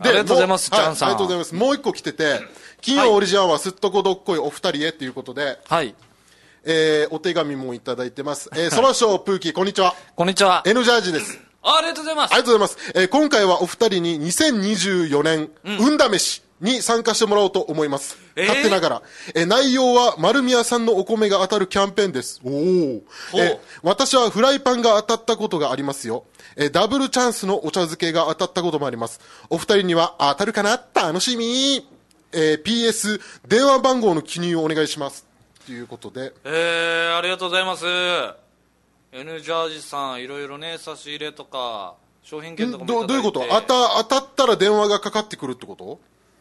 [SPEAKER 1] あ
[SPEAKER 2] で
[SPEAKER 1] りがとうございます、チ
[SPEAKER 2] もう
[SPEAKER 1] ャンさん。
[SPEAKER 2] はいありがとうございます。もう一個来てて、金曜オリジナルはすっとこどっこいお二人へということで、
[SPEAKER 1] はい。
[SPEAKER 2] えーお手紙もいただいてます。えー、そばしょうプーキー、こんにちは。
[SPEAKER 1] こんにちは。
[SPEAKER 2] N ジャージです。
[SPEAKER 1] あありがとうございます
[SPEAKER 2] あ。りがとうございます。えー今回はお二人に2024年、運試しに参加してもらおうと思います。
[SPEAKER 1] えー
[SPEAKER 2] 勝手ながら。えー内容は丸宮さんのお米が当たるキャンペーンです。おお。え
[SPEAKER 1] ほう
[SPEAKER 2] ー私はフライパンが当たったことがありますよ。えーダブルチャンスのお茶漬けが当たったこともあります。お二人には当たるかな楽しみえー PS、電話番号の記入をお願いします。ということで。
[SPEAKER 1] えー、ありがとうございます。N ジャージさん、いろいろね、差し入れとか、商品券とかも
[SPEAKER 2] ど
[SPEAKER 1] た
[SPEAKER 2] どう
[SPEAKER 1] だ
[SPEAKER 2] いうこと
[SPEAKER 1] て
[SPEAKER 2] 当た当たったら電話がかかってくるってこと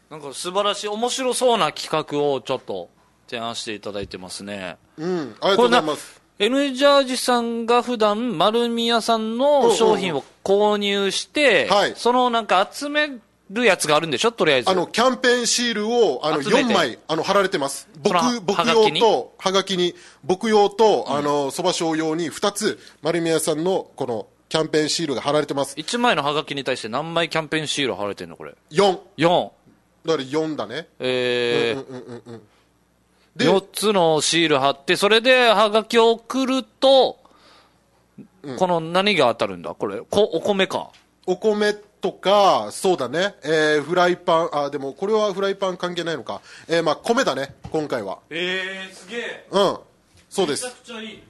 [SPEAKER 1] なんか素晴らしい、面白そうな企画をちょっと提案していただいてますね。
[SPEAKER 2] うん。ありがと
[SPEAKER 1] こ
[SPEAKER 2] う
[SPEAKER 1] れ
[SPEAKER 2] ござ
[SPEAKER 1] ない
[SPEAKER 2] ます。
[SPEAKER 1] N ジャージさんが普段丸宮さんの商品を購入して、
[SPEAKER 2] うんうんはい
[SPEAKER 1] そのなんか集めるやつがあるんでしょとりあえず。
[SPEAKER 2] あの、キャンペーンシールを、あの、
[SPEAKER 1] 集めて
[SPEAKER 2] 4枚、あの、貼られてます。僕
[SPEAKER 1] その、
[SPEAKER 2] 僕
[SPEAKER 1] はがき
[SPEAKER 2] 用
[SPEAKER 1] に
[SPEAKER 2] と、はがきに、僕用と、あの、そば醤用に2つ、丸宮さんの、この、キャンペーンシールが貼られてます。
[SPEAKER 1] 1枚のハガキに対して何枚キャンペーンシール貼られてんのこれ。
[SPEAKER 2] 4。
[SPEAKER 1] 4。
[SPEAKER 2] だから4だね。
[SPEAKER 1] えー
[SPEAKER 2] で
[SPEAKER 1] 4つのシール貼って、それでハガキを送ると、この何が当たるんだこれ。こお米か。
[SPEAKER 2] お米とか、そうだね。えーフライパン、あ、でも、これはフライパン関係ないのか。えーまあ、米だね、今回は。
[SPEAKER 1] えー、すげえ。
[SPEAKER 2] うん。そうです。
[SPEAKER 1] くちゃいい。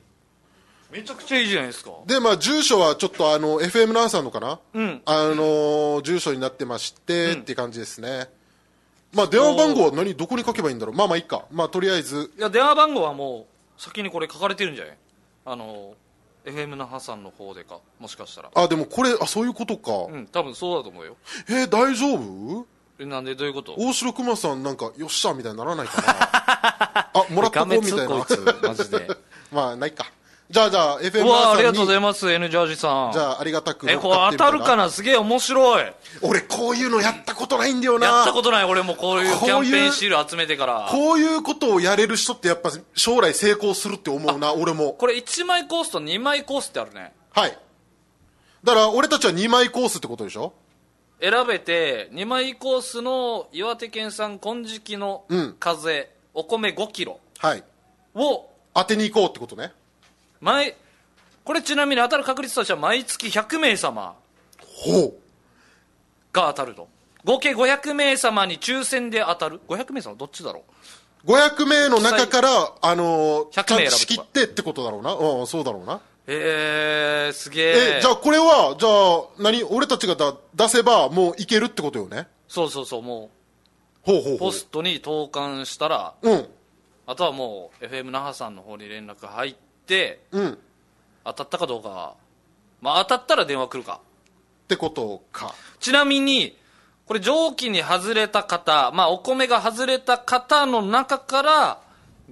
[SPEAKER 1] めちゃくちゃいいじゃないですか。
[SPEAKER 2] で、まあ、住所はちょっと、あの、FM ナンさんのかな
[SPEAKER 1] うん
[SPEAKER 2] あのー住所になってまして、って感じですね。まあ、電話番号は何、どこに書けばいいんだろう。まあまあ、いいか。まあ、とりあえず、
[SPEAKER 1] いや電話番号はもう先にこれ書かれてるんじゃないあの FM 那覇さんの方でかもしかしたら
[SPEAKER 2] あ、でもこれ、あ、そういうことか
[SPEAKER 1] う。ん多分そうだと思うよ
[SPEAKER 2] えー大丈夫
[SPEAKER 1] えなんでどういうこと
[SPEAKER 2] 大城熊さんなんか、よっ しゃみたいにならないかな。あ、もらったこうみたいな。
[SPEAKER 1] いつマジで
[SPEAKER 2] まあ、ないか。じゃあじゃあ FM
[SPEAKER 1] うわあり
[SPEAKER 2] さ
[SPEAKER 1] が
[SPEAKER 2] ん
[SPEAKER 1] とうござい
[SPEAKER 2] に
[SPEAKER 1] ます N ジャージさん
[SPEAKER 2] じゃあありがたく
[SPEAKER 1] えこれ当たるか
[SPEAKER 2] な
[SPEAKER 1] なすげえ面白い
[SPEAKER 2] 俺こういうのやったことないんだよな
[SPEAKER 1] やったことない俺もこういう
[SPEAKER 2] こう
[SPEAKER 1] キ
[SPEAKER 2] いう
[SPEAKER 1] ャンペーンシール集めてから
[SPEAKER 2] こういうことをやれる人ってやっぱ将来成功するって思うな俺も
[SPEAKER 1] これ1枚コースと2枚コースってあるね
[SPEAKER 2] はいだから俺たちは2枚コースってことでしょ
[SPEAKER 1] 選べて2枚コースの岩手県産金色の
[SPEAKER 2] うん
[SPEAKER 1] 風、お米5キロ
[SPEAKER 2] はい
[SPEAKER 1] を
[SPEAKER 2] 当てに行こうってことね
[SPEAKER 1] 毎これちなみに当たる確率としては毎月100名様
[SPEAKER 2] ほ
[SPEAKER 1] が当たると合計500名様に抽選で当たる500名様どっちだろう
[SPEAKER 2] う500名の中から、あの
[SPEAKER 1] 100
[SPEAKER 2] ー、
[SPEAKER 1] 名
[SPEAKER 2] ちゃ
[SPEAKER 1] 選ぶ
[SPEAKER 2] ん
[SPEAKER 1] と
[SPEAKER 2] と
[SPEAKER 1] か
[SPEAKER 2] 仕切ってってことだろうなうんそうだろうな
[SPEAKER 1] えー、すげえ
[SPEAKER 2] えじゃあこれはじゃあ何俺たちがだ出せばもういけるってことよね
[SPEAKER 1] そうそうそうも
[SPEAKER 2] ほうほう
[SPEAKER 1] う
[SPEAKER 2] ほ
[SPEAKER 1] ポストに投函したら
[SPEAKER 2] ううん
[SPEAKER 1] あとはもう FM 那覇さんの方に連絡入って
[SPEAKER 2] うんっ
[SPEAKER 1] 当たったかどうかまあ当たったら電話来るか
[SPEAKER 2] てことか
[SPEAKER 1] ちなみにこれ上記に外れた方まあお米が外れた方の中から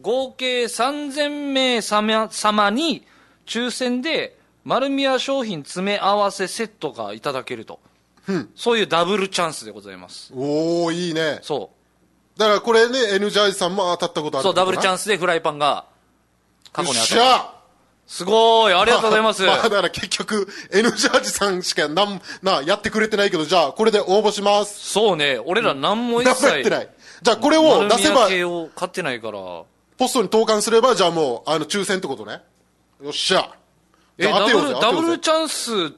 [SPEAKER 1] 合計3000名様様に抽選で丸宮商品詰め合わせセットがいただけると、
[SPEAKER 2] ん
[SPEAKER 1] そういうダブルチャンスでございます
[SPEAKER 2] おおいいね
[SPEAKER 1] そう
[SPEAKER 2] だからこれね N ジャージさんも当たったことある
[SPEAKER 1] そう、ダブルチャ
[SPEAKER 2] ン
[SPEAKER 1] ンスでフライパンが過去に
[SPEAKER 2] よっ
[SPEAKER 1] 当
[SPEAKER 2] した
[SPEAKER 1] った。
[SPEAKER 2] ゃ
[SPEAKER 1] すごい、ありがとうございます。
[SPEAKER 2] まあだから結局 N ジャージさんしかなんなやってくれてないけどじゃあこれで応募します
[SPEAKER 1] そうね、俺ら何も一
[SPEAKER 2] や
[SPEAKER 1] 切、
[SPEAKER 2] ってないじゃあこれを出せば
[SPEAKER 1] 丸宮系を買ってないから、
[SPEAKER 2] ポストに投函すればじゃあもうあの抽選ってことねよっしゃ
[SPEAKER 1] え、
[SPEAKER 2] じゃあ
[SPEAKER 1] ダ
[SPEAKER 2] 当て
[SPEAKER 1] ブ
[SPEAKER 2] ようぜ
[SPEAKER 1] ル、
[SPEAKER 2] 当
[SPEAKER 1] ダ
[SPEAKER 2] てよ
[SPEAKER 1] ブ
[SPEAKER 2] うぜ
[SPEAKER 1] ルチャンス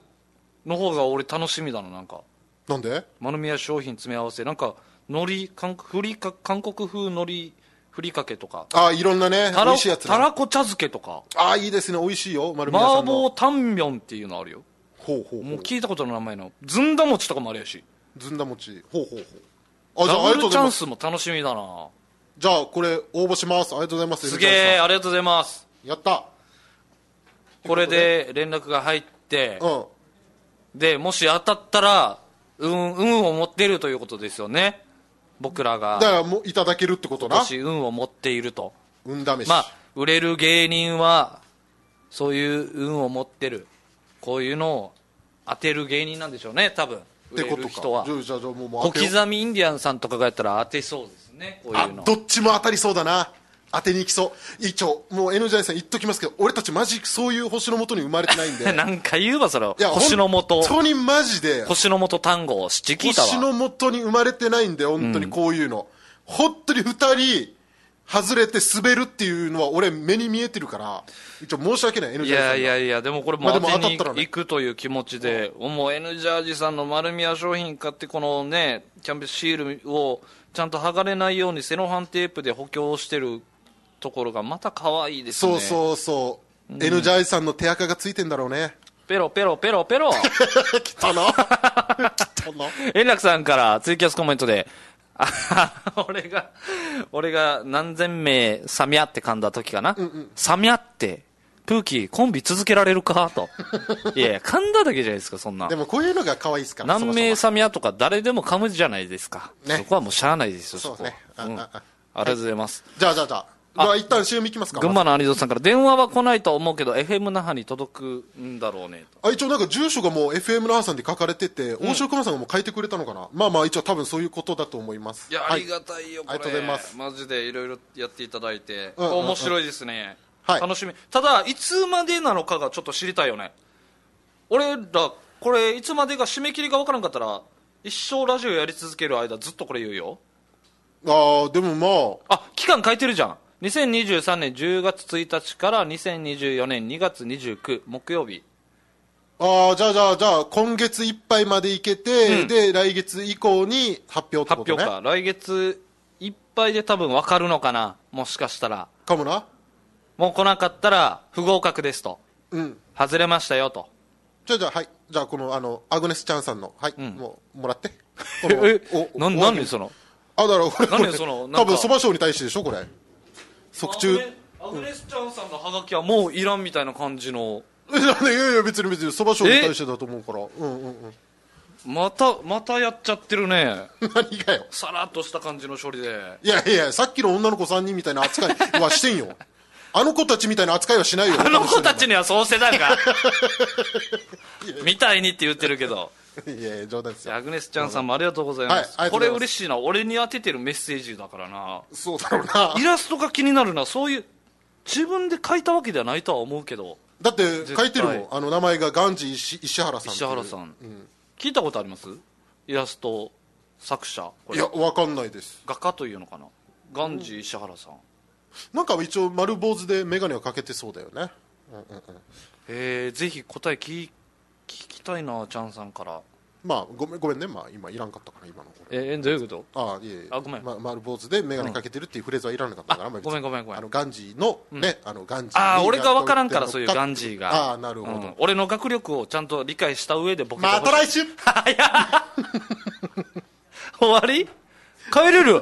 [SPEAKER 1] の方が俺楽しみだな、なんか。
[SPEAKER 2] なんで
[SPEAKER 1] 丸宮商品詰め合わせ、なんか、海苔、韓ふりか韓国風海苔、ふりかけとか、
[SPEAKER 2] ああいろんなね
[SPEAKER 1] た
[SPEAKER 2] 美
[SPEAKER 1] ら
[SPEAKER 2] 味しいやつね
[SPEAKER 1] たらこ茶漬けとか、
[SPEAKER 2] ああいいですね美味しいよ丸宮さ
[SPEAKER 1] 麻
[SPEAKER 2] んの
[SPEAKER 1] 婆タンミョンっていうのあるよ。
[SPEAKER 2] ほうほうほ
[SPEAKER 1] もう
[SPEAKER 2] う
[SPEAKER 1] 聞いたことの名前の、ずんだ餅とかもあるやし。
[SPEAKER 2] ずんだ餅ほうほうほうあじゃ
[SPEAKER 1] ダ
[SPEAKER 2] ああり
[SPEAKER 1] ブル
[SPEAKER 2] がとうご
[SPEAKER 1] チ
[SPEAKER 2] ざい
[SPEAKER 1] ャ
[SPEAKER 2] ま
[SPEAKER 1] ン
[SPEAKER 2] す
[SPEAKER 1] スも楽しみだな。
[SPEAKER 2] じゃあこれ応募しますありがとうございます
[SPEAKER 1] すげえ、
[SPEAKER 2] N
[SPEAKER 1] ありがとうございます。
[SPEAKER 2] ジャージさんやった
[SPEAKER 1] これで連絡が入って、
[SPEAKER 2] うん
[SPEAKER 1] で、もし当たったら、運、運を持っているということですよね。僕ら
[SPEAKER 2] だか
[SPEAKER 1] が、
[SPEAKER 2] らもういただけるってこと
[SPEAKER 1] も
[SPEAKER 2] な
[SPEAKER 1] し運を持っていると。
[SPEAKER 2] 運試し、
[SPEAKER 1] まあ、売れる芸人は、そういう運を持ってる。こういうのを当てる芸人なんでしょうね、多分。
[SPEAKER 2] っ
[SPEAKER 1] 売
[SPEAKER 2] て
[SPEAKER 1] れ
[SPEAKER 2] こ
[SPEAKER 1] る
[SPEAKER 2] と
[SPEAKER 1] 人
[SPEAKER 2] か
[SPEAKER 1] は
[SPEAKER 2] じ。ゃあじゃあじゃあもうもう
[SPEAKER 1] 小
[SPEAKER 2] 当てよう
[SPEAKER 1] 刻みインディアンさんとかがやったら当てそうですね、こうい
[SPEAKER 2] あ
[SPEAKER 1] うの。
[SPEAKER 2] どっちも当たりそうだな当てに行きそう一応もう N ジャイさん言っときますけど俺たちマジそういう星のもとに生まれてないんで
[SPEAKER 1] なんか言うわ、それを。
[SPEAKER 2] いや
[SPEAKER 1] 星の元。
[SPEAKER 2] 本当にマジで
[SPEAKER 1] 星の元単語を七聞いたわ。
[SPEAKER 2] 星のもとに生まれてないんで本当にこういうの、本当に2人外れて滑るっていうのは俺目に見えてるから一応申し訳ない N
[SPEAKER 1] い
[SPEAKER 2] ジャイさん
[SPEAKER 1] や
[SPEAKER 2] が
[SPEAKER 1] いやいや、でもこれも
[SPEAKER 2] まあ
[SPEAKER 1] 当
[SPEAKER 2] でも
[SPEAKER 1] て
[SPEAKER 2] 当た
[SPEAKER 1] に
[SPEAKER 2] ったらね
[SPEAKER 1] 行くという気持ちで、もう N ジャージさんの丸宮商品買って、このね、キャンペーンシールをちゃんと剥がれないようにセロハンテープで補強してるところがまた可愛いですね。
[SPEAKER 2] そうそうそう、N ジャイさんの手垢がついてんだろうね
[SPEAKER 1] ペロペロペロペ ロ。
[SPEAKER 2] 来 たな来たな
[SPEAKER 1] 円楽さんからツイキャスコメントで、あ俺が、俺が何千名サミャって噛んだ時かな。サミャって、プーキーコンビ続けられるかと。いやいや、噛んだだけじゃないですか、そんな
[SPEAKER 2] で。もこういうのが可愛いですから
[SPEAKER 1] 南名
[SPEAKER 2] そも
[SPEAKER 1] サミヤとか誰でも噛むじゃないですか、
[SPEAKER 2] ね
[SPEAKER 1] そこはもうしゃあないですよ
[SPEAKER 2] そ
[SPEAKER 1] そうこは
[SPEAKER 2] ねあ
[SPEAKER 1] うん、
[SPEAKER 2] あ
[SPEAKER 1] あり
[SPEAKER 2] あ
[SPEAKER 1] がとうございます、
[SPEAKER 2] そもじゃあじゃあじゃあまあ一旦 CM 行きますか
[SPEAKER 1] 群馬の有蔵さんから電話は来ないとは思うけど FM 那覇に届くんだろうねと
[SPEAKER 2] あ一応なんか住所がもう FM 那覇さんで書かれてて、大城熊さんがもう書いてくれたのかなまあまあ一応多分そういうことだと思います
[SPEAKER 1] いや、
[SPEAKER 2] は
[SPEAKER 1] ありがたいよこれ
[SPEAKER 2] ありがとうございます
[SPEAKER 1] マジでいろいろやっていただいて、
[SPEAKER 2] うんうんうん
[SPEAKER 1] 面白いですね、
[SPEAKER 2] はい
[SPEAKER 1] 楽しみただいつまでなのかがちょっと知りたいよね俺らこれいつまでが締め切りが分からんかったら一生ラジオやり続ける間ずっとこれ言うよ
[SPEAKER 2] ああでもま
[SPEAKER 1] あ、期間書いてるじゃん。2023年10月1日から2024年2月29木曜日。
[SPEAKER 2] ああーじゃあじゃあじゃあ今月いっぱいまで行けて、
[SPEAKER 1] うん
[SPEAKER 2] で来月以降に発表
[SPEAKER 1] 発
[SPEAKER 2] ってこ
[SPEAKER 1] 表
[SPEAKER 2] とね
[SPEAKER 1] か。来月いっぱいで多分分かるのかな。もしかしたら。
[SPEAKER 2] かもな
[SPEAKER 1] もう来なかったら不合格ですと。
[SPEAKER 2] うん
[SPEAKER 1] 外れましたよと。
[SPEAKER 2] じゃあじゃあはいじゃあこのあのアグネス・チャンさんのはい、もうもらってこの
[SPEAKER 1] え、
[SPEAKER 2] お
[SPEAKER 1] え、な、
[SPEAKER 2] お
[SPEAKER 1] なんでその。
[SPEAKER 2] あだからこれこれ
[SPEAKER 1] 何そのなんか
[SPEAKER 2] 多分そば賞に対してでしょこれ即中
[SPEAKER 1] アグレスちゃんさんのハガキはもういらんみたいな感じの。
[SPEAKER 2] いやいやいや別に別にそば賞に対してだと思うからうんうんうん
[SPEAKER 1] また、またやっちゃってるね。
[SPEAKER 2] 何がよ
[SPEAKER 1] さらっとした感じの処理で。
[SPEAKER 2] いやいや、さっきの女の子3人みたいな扱いはしてんよ。あの子たちみたいな扱いはしないよ
[SPEAKER 1] あの子たちにはそうせたん かみたいにって言ってるけど
[SPEAKER 2] いやいや冗談ですよ
[SPEAKER 1] アグネスちゃんさんもありがとうございます,、
[SPEAKER 2] はいありがと
[SPEAKER 1] こ
[SPEAKER 2] うござ
[SPEAKER 1] れ
[SPEAKER 2] います
[SPEAKER 1] 嬉しいな俺に当ててるメッセージだからな
[SPEAKER 2] そうだろうな
[SPEAKER 1] イラストが気になるなそういう自分で書いたわけではないとは思うけど
[SPEAKER 2] だって書いてるもん
[SPEAKER 1] 絶対
[SPEAKER 2] あの名前がガンジー石石原さんって
[SPEAKER 1] 石
[SPEAKER 2] いう
[SPEAKER 1] 原さん、聞いたことありますイラスト作者こ
[SPEAKER 2] い
[SPEAKER 1] れ
[SPEAKER 2] やわかんないです
[SPEAKER 1] 画家というのかなガンジー石原さん、
[SPEAKER 2] なんか一応丸坊主で眼鏡をかけてそうだよね
[SPEAKER 1] えー、ぜひ答え聞き聞きたいなチャンさんから
[SPEAKER 2] まあごめんごめんねまあ今いらんかったから今の俺
[SPEAKER 1] えー、どういうこと
[SPEAKER 2] ああいえいえ
[SPEAKER 1] あごめん
[SPEAKER 2] ま、丸坊主で眼鏡かけてるっていうフレーズはいらなかったから、
[SPEAKER 1] あ
[SPEAKER 2] まあ別
[SPEAKER 1] ご
[SPEAKER 2] に
[SPEAKER 1] めんごめんごめん
[SPEAKER 2] あのガンジーのね、あのガンジーに
[SPEAKER 1] ああ
[SPEAKER 2] やっ
[SPEAKER 1] 俺が分からんから
[SPEAKER 2] やっ
[SPEAKER 1] そういうガンジーが
[SPEAKER 2] ああなるほ
[SPEAKER 1] うん
[SPEAKER 2] ど、
[SPEAKER 1] 俺の学力をちゃんと理解した上でボケてほし
[SPEAKER 2] ま
[SPEAKER 1] い
[SPEAKER 2] た来週
[SPEAKER 1] 早っ終わり帰れる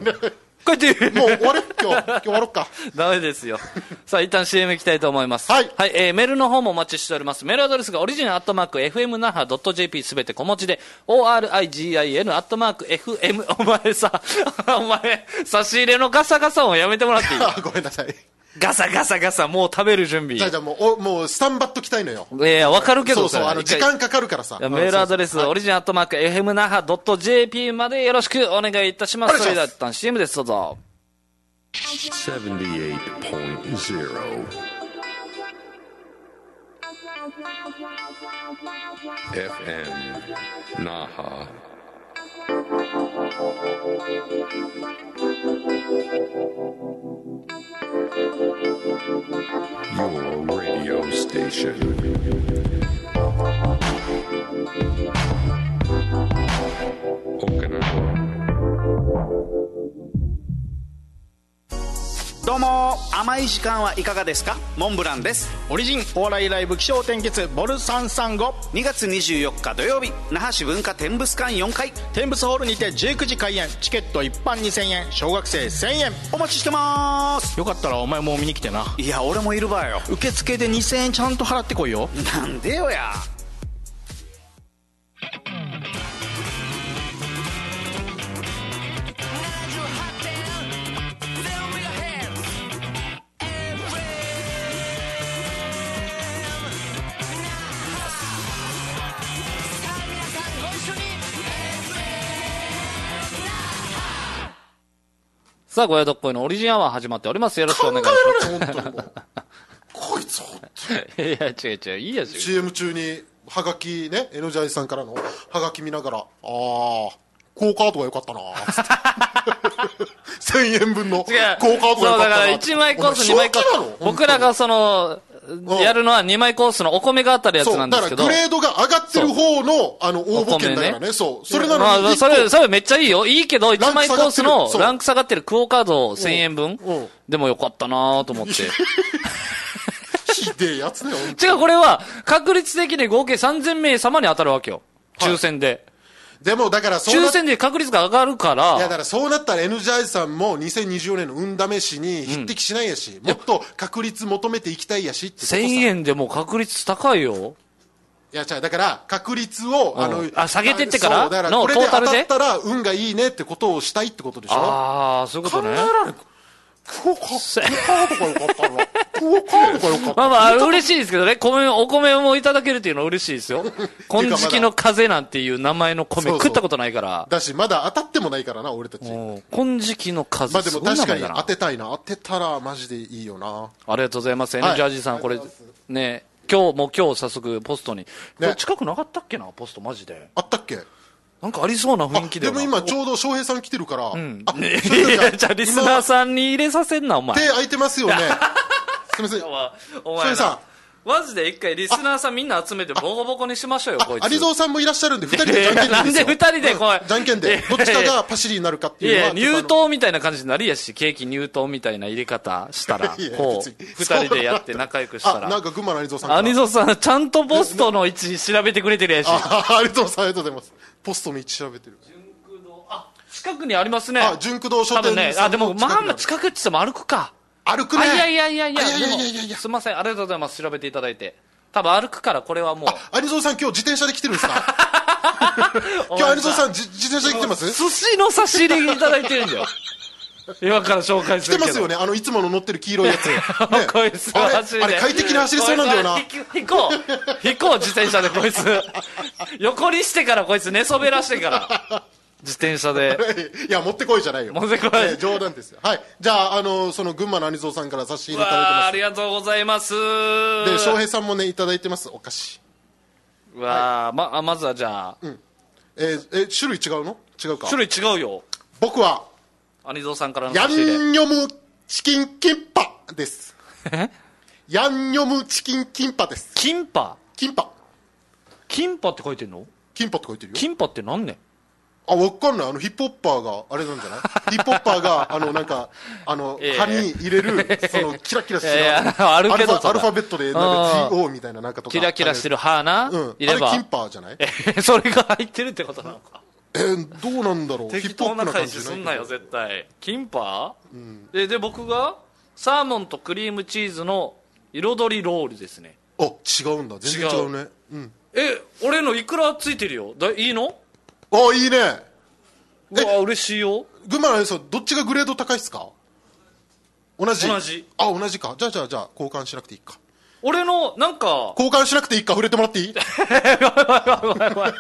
[SPEAKER 1] 帰っていい
[SPEAKER 2] もう終わる今日今日終わろっか
[SPEAKER 1] ダメですよ。さあ、一旦 CM 行きたいと思います。
[SPEAKER 2] はい
[SPEAKER 1] えーメールの方もお待ちしております。メールアドレスがオリジンアットマーク FMNAHA.jp すべて小文字で、ORIGIN アットマーク FM、お 前さ、お前、差し入れのガサガサ音やめてもら っていい
[SPEAKER 2] あごめんなさい
[SPEAKER 1] ガサガサガサ、もう食べる準備。
[SPEAKER 2] じゃあじゃあもうおもうスタンバっときたいのよ
[SPEAKER 1] いやいや、わかるけ
[SPEAKER 2] そ
[SPEAKER 1] ど
[SPEAKER 2] うそう
[SPEAKER 1] れ
[SPEAKER 2] あの
[SPEAKER 1] 一
[SPEAKER 2] 時
[SPEAKER 1] 回
[SPEAKER 2] 間かかるからさ
[SPEAKER 1] いやメールアドレス、
[SPEAKER 2] うんそうそう
[SPEAKER 1] オリジンアットマーク FMNAHA.jp までよろしくお願いいたしま
[SPEAKER 2] お
[SPEAKER 1] す。
[SPEAKER 2] 願いします
[SPEAKER 1] それでは一旦 CM です、どうぞ。
[SPEAKER 3] 78.0 FM Naha. your radio station. Okinawa.
[SPEAKER 4] どうも甘い時間はいかがですかモンブランです
[SPEAKER 5] オリジンお笑いライブ気象転結ボル335
[SPEAKER 4] 2月24日土曜日那覇市文化天物館4階
[SPEAKER 5] 天物ホールにて19時開演チケット一般2000円小学生1000円
[SPEAKER 4] お待ちしてます
[SPEAKER 5] よかったらお前も見に来てない
[SPEAKER 4] や俺もいるわよ
[SPEAKER 5] 受付で2000円ちゃんと払ってこいよ
[SPEAKER 4] なんでよや
[SPEAKER 1] さあ、ごやどっこいのオリジンアワー始まっております。よろしくお願いし
[SPEAKER 2] 考えられ ない本当にもうこいつ本当に
[SPEAKER 1] ます。 いや、違う違う、いいやつよ
[SPEAKER 2] CM 中にハガキねエノジャイさんからのハガキ見ながらああクオカードが良かったなつ って1000円分のクオカードが良かった
[SPEAKER 1] そうだ
[SPEAKER 2] な
[SPEAKER 1] から1枚コース2
[SPEAKER 2] お前
[SPEAKER 1] 枚コー
[SPEAKER 2] 正気なの
[SPEAKER 1] ス僕らがその
[SPEAKER 2] ん
[SPEAKER 1] やるのは2枚コースのお米があったるやつ
[SPEAKER 2] そう
[SPEAKER 1] なんで
[SPEAKER 2] だ
[SPEAKER 1] す
[SPEAKER 2] か
[SPEAKER 1] け
[SPEAKER 2] ら
[SPEAKER 1] ど
[SPEAKER 2] グレードが上がってる方のあの応募券だから
[SPEAKER 1] お米
[SPEAKER 2] ね
[SPEAKER 1] ね
[SPEAKER 2] そうそれな
[SPEAKER 1] ま
[SPEAKER 2] のに
[SPEAKER 1] あ、
[SPEAKER 2] 一
[SPEAKER 1] そ
[SPEAKER 2] 個
[SPEAKER 1] れそれめっちゃいいよいいけど1枚コース
[SPEAKER 2] ランク下が
[SPEAKER 1] のランク下が
[SPEAKER 2] ってる
[SPEAKER 1] ってるクオカード1000円分
[SPEAKER 2] うん
[SPEAKER 1] でもよかったなと思って
[SPEAKER 2] ひでえやつだよ本当
[SPEAKER 1] 違うこれは確率的に合計3000名様に当たるわけよ抽選で、
[SPEAKER 2] でもだからそうな
[SPEAKER 1] 抽
[SPEAKER 2] っい
[SPEAKER 1] 選で確率が上がるか
[SPEAKER 2] やだ
[SPEAKER 1] ら
[SPEAKER 2] からそうなったらエノジャイさんも2024年の運試しに匹敵しないやし、もっと確率求めていきたいやしってことさ
[SPEAKER 1] 1000円でも確率高いよ
[SPEAKER 2] いや、じゃだから、確率を、
[SPEAKER 1] ん
[SPEAKER 2] あの、
[SPEAKER 1] あ下げてってから
[SPEAKER 2] そうだから、
[SPEAKER 1] の
[SPEAKER 2] これで
[SPEAKER 1] トータ
[SPEAKER 2] 当
[SPEAKER 1] ル
[SPEAKER 2] た
[SPEAKER 1] で
[SPEAKER 2] ったら、運がいいねってことをしたいってことでしょ
[SPEAKER 1] ああそういうことね
[SPEAKER 2] クオカードが良かったな。クオカードが良かった。
[SPEAKER 1] まあまあ、嬉しいですけどね、米、お米もいただけるっていうのは嬉しいです よ。金色の風なんていう名前の米
[SPEAKER 2] そうそう
[SPEAKER 1] 食ったことないから。
[SPEAKER 2] だし、まだ当たってもないからな、俺たち。ま
[SPEAKER 1] もう金色の風、
[SPEAKER 2] あですも
[SPEAKER 1] ごい名
[SPEAKER 2] 確か
[SPEAKER 1] 前
[SPEAKER 2] に
[SPEAKER 1] だな
[SPEAKER 2] 当てたいな。当てたら、マジでいいよな。
[SPEAKER 1] ありがとうございます。
[SPEAKER 2] はい
[SPEAKER 1] N ジャージーさん、こ
[SPEAKER 2] あ
[SPEAKER 1] れ
[SPEAKER 2] りがとうござい、
[SPEAKER 1] ね、今日もう今日早速ポストに。これ
[SPEAKER 2] ね
[SPEAKER 1] 近くなかったっけな、ポストマジで。
[SPEAKER 2] あったっけ
[SPEAKER 1] なんかありそうな
[SPEAKER 2] あ
[SPEAKER 1] 雰囲気だ
[SPEAKER 2] で
[SPEAKER 1] よな
[SPEAKER 2] も今、ちょうど翔平さん来てるから。あ、
[SPEAKER 1] ね
[SPEAKER 2] それ
[SPEAKER 1] い
[SPEAKER 2] じゃあ
[SPEAKER 1] や、じゃあリスナーさんに入れさせんな、お前
[SPEAKER 2] 今。手空いてま すよね。すみません。
[SPEAKER 1] お
[SPEAKER 2] そ
[SPEAKER 1] 前
[SPEAKER 2] れさ
[SPEAKER 1] な。マジで一回リスナーさんみんな集めてボコボコにしましょうよ、こいつ。
[SPEAKER 2] 有蔵さんもいらっしゃるんで、二人でじゃんけんですよ。
[SPEAKER 1] なんで二人でこい
[SPEAKER 2] うんじゃんけんで。どっちかがパシリになるかって
[SPEAKER 1] い
[SPEAKER 2] いうの
[SPEAKER 1] や
[SPEAKER 2] は。ちょ
[SPEAKER 1] 入
[SPEAKER 2] っとあの
[SPEAKER 1] 党みたいな感じになりやし、ケーキ入党みたいな入れ方したら、
[SPEAKER 2] いや
[SPEAKER 1] こ
[SPEAKER 2] 別
[SPEAKER 1] う、
[SPEAKER 2] に
[SPEAKER 1] 二人でやって仲良くした
[SPEAKER 2] あ、なん
[SPEAKER 1] ら。
[SPEAKER 2] か群馬の有蔵さんから
[SPEAKER 1] アニゾさん、ちゃんとポストの位置調べてくれてるやし。
[SPEAKER 2] あありがとうございます。ありがとうございます。ポストの位置調べてる。
[SPEAKER 1] 近くにありますね。
[SPEAKER 2] あ、純駆動書
[SPEAKER 1] 多
[SPEAKER 2] 店
[SPEAKER 1] 分ね、
[SPEAKER 2] さ
[SPEAKER 1] あ、
[SPEAKER 2] ん
[SPEAKER 1] でも、
[SPEAKER 2] の近く
[SPEAKER 1] まあ
[SPEAKER 2] に
[SPEAKER 1] まあ近くって言っても歩くか。
[SPEAKER 2] ある歩く
[SPEAKER 1] あ、
[SPEAKER 2] ね。
[SPEAKER 1] いやいやいやいや、
[SPEAKER 2] あいやいやいやいや
[SPEAKER 1] でもすみません、ありがとうございます。調べていただいて。多分歩くから、これはもう。
[SPEAKER 2] アニゾウさん今日自転車で来てるんですか 今
[SPEAKER 1] お前
[SPEAKER 2] 日アニゾウさんじ自転車で来てます
[SPEAKER 1] 寿司の差し入れいただいてるんだよ。今から紹介す
[SPEAKER 2] 来て
[SPEAKER 1] るけど
[SPEAKER 2] ますよねあのいつもの乗ってる黄色いやつ、ね
[SPEAKER 1] こいつ
[SPEAKER 2] あれ
[SPEAKER 1] 走り
[SPEAKER 2] あれ快適な走りそうなんだよな
[SPEAKER 1] こいつあれ引こう引こう自転車でこいつ横にしてからこいつ寝そべらしてから自転車 で
[SPEAKER 2] いや持ってこいじゃないよ
[SPEAKER 1] 持ってこい
[SPEAKER 2] ええ冗談ですよはいじゃああのその群馬の兄蔵さんから差し入
[SPEAKER 1] う
[SPEAKER 2] れ食べて
[SPEAKER 1] わあ
[SPEAKER 2] ま
[SPEAKER 1] ありがとうございますです
[SPEAKER 2] で翔平さんもねいただいてますお菓子
[SPEAKER 1] うわあまあまずはじゃあ、
[SPEAKER 2] えーえ種類違うの違うか
[SPEAKER 1] 種類違うよ
[SPEAKER 2] 僕は
[SPEAKER 1] 兄蔵さんからの
[SPEAKER 2] ヤ
[SPEAKER 1] 差
[SPEAKER 2] ン
[SPEAKER 1] し入れ
[SPEAKER 2] ニョムチキンキンパですヤンニョムチキンキンパです
[SPEAKER 1] キンパ
[SPEAKER 2] キンパ
[SPEAKER 1] キンパって書いてんの
[SPEAKER 2] キンパって書いてるよ
[SPEAKER 1] キンパってなんねん
[SPEAKER 2] あわかんないあのヒップホッパーがあれなんじ ゃないヒップホッパーがあのなんかあの
[SPEAKER 1] ええ
[SPEAKER 2] 歯に入れ るそのキラキラして
[SPEAKER 1] いやいや
[SPEAKER 2] る
[SPEAKER 1] あるけど
[SPEAKER 2] アルファ
[SPEAKER 1] そ
[SPEAKER 2] ア
[SPEAKER 1] れ
[SPEAKER 2] ルファベットでなん
[SPEAKER 1] あ
[SPEAKER 2] か GO みたいななんかとか
[SPEAKER 1] キラキラしてる歯な、
[SPEAKER 2] うん、
[SPEAKER 1] いれ
[SPEAKER 2] あ
[SPEAKER 1] ば
[SPEAKER 2] れキンパーじゃないえ
[SPEAKER 1] えそれが入ってるってことなのか
[SPEAKER 2] ーどうなんだろう
[SPEAKER 1] 適当な返し
[SPEAKER 2] ヒップ
[SPEAKER 1] す
[SPEAKER 2] ホッ
[SPEAKER 1] ん
[SPEAKER 2] プな
[SPEAKER 1] なよ
[SPEAKER 2] 感じ
[SPEAKER 1] 絶対キンパ、えで僕がサーモンとクリームチーズの彩りロールですね
[SPEAKER 2] あ違うんだ全然違うねうん
[SPEAKER 1] え俺のいくらついてるよだいいの
[SPEAKER 2] あいいね
[SPEAKER 1] うわ嬉しいよ
[SPEAKER 2] 群馬のさんどっちがグレード高いっすか同じ
[SPEAKER 1] 同じ
[SPEAKER 2] あ同じかじゃあじゃあじゃあ交換しなくていいか
[SPEAKER 1] 俺のなんか
[SPEAKER 2] 交換しなくていいか触れてもらっていい
[SPEAKER 1] ごめんごめんごめん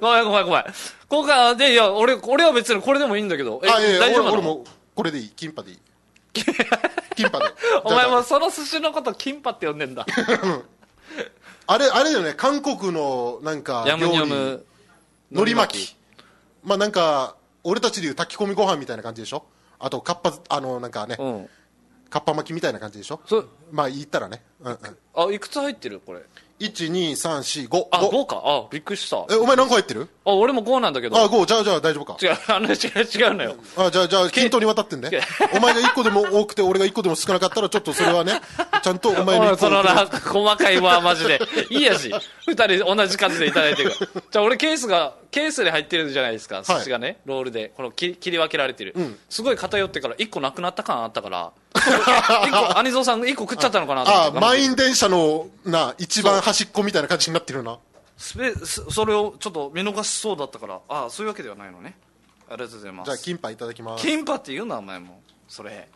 [SPEAKER 1] ごめんごめん今回あでいや俺俺は別にこれでもいいんだけどえ
[SPEAKER 2] あいやいや
[SPEAKER 1] 大丈夫な
[SPEAKER 2] 俺
[SPEAKER 1] の
[SPEAKER 2] 俺もこれでいいキンパでいいキンパで
[SPEAKER 1] お前も
[SPEAKER 2] じゃあじゃ
[SPEAKER 1] その寿司のことキンパって呼んでんだ
[SPEAKER 2] ああれあれよね韓国のなんか
[SPEAKER 1] ヤムニ
[SPEAKER 2] 料
[SPEAKER 1] ョ
[SPEAKER 2] 理
[SPEAKER 1] ム
[SPEAKER 2] 海苔巻きまあなんか俺たちでいう炊き込みご飯みたいな感じでしょあとカッパあのなんかね、
[SPEAKER 1] うん
[SPEAKER 2] カッパ巻きみたいな感じでしょ
[SPEAKER 1] そ
[SPEAKER 2] まあ言ったらね、うんうん、
[SPEAKER 1] あいくつ入ってるこれ
[SPEAKER 2] 12345
[SPEAKER 1] あ五5かあびっくりした
[SPEAKER 2] えお前何個入ってる
[SPEAKER 1] あ俺も5なんだけど
[SPEAKER 2] あ5じゃあじゃあ大丈夫か
[SPEAKER 1] 違うあの違う違うのよ
[SPEAKER 2] あじゃあじゃあ均等に 渡ってんね
[SPEAKER 1] け
[SPEAKER 2] お前が1個でも多くて俺が1個でも少なかったらちょっとそれはねちゃんとお前の
[SPEAKER 1] おい
[SPEAKER 2] 1個
[SPEAKER 1] その
[SPEAKER 2] を
[SPEAKER 1] な細かいわマジでいいやし2人同じ数でいただいてるからじゃあ俺ケースがケースに入ってるじゃないですか寿司がね、ロールでこの切り切り分けられてる、すごい偏ってから1個なくなった感あった から1個兄蔵さん1個食っちゃったのかなと思っ
[SPEAKER 2] あ
[SPEAKER 1] て
[SPEAKER 2] 満員電車のな一番端っこみたいな感じになってるな
[SPEAKER 1] スペそそれをちょっと見逃しそうだったからああそういうわけではないのねありがとうございます
[SPEAKER 2] じゃあキンパいただきます
[SPEAKER 1] キンパって言うなお前もそれ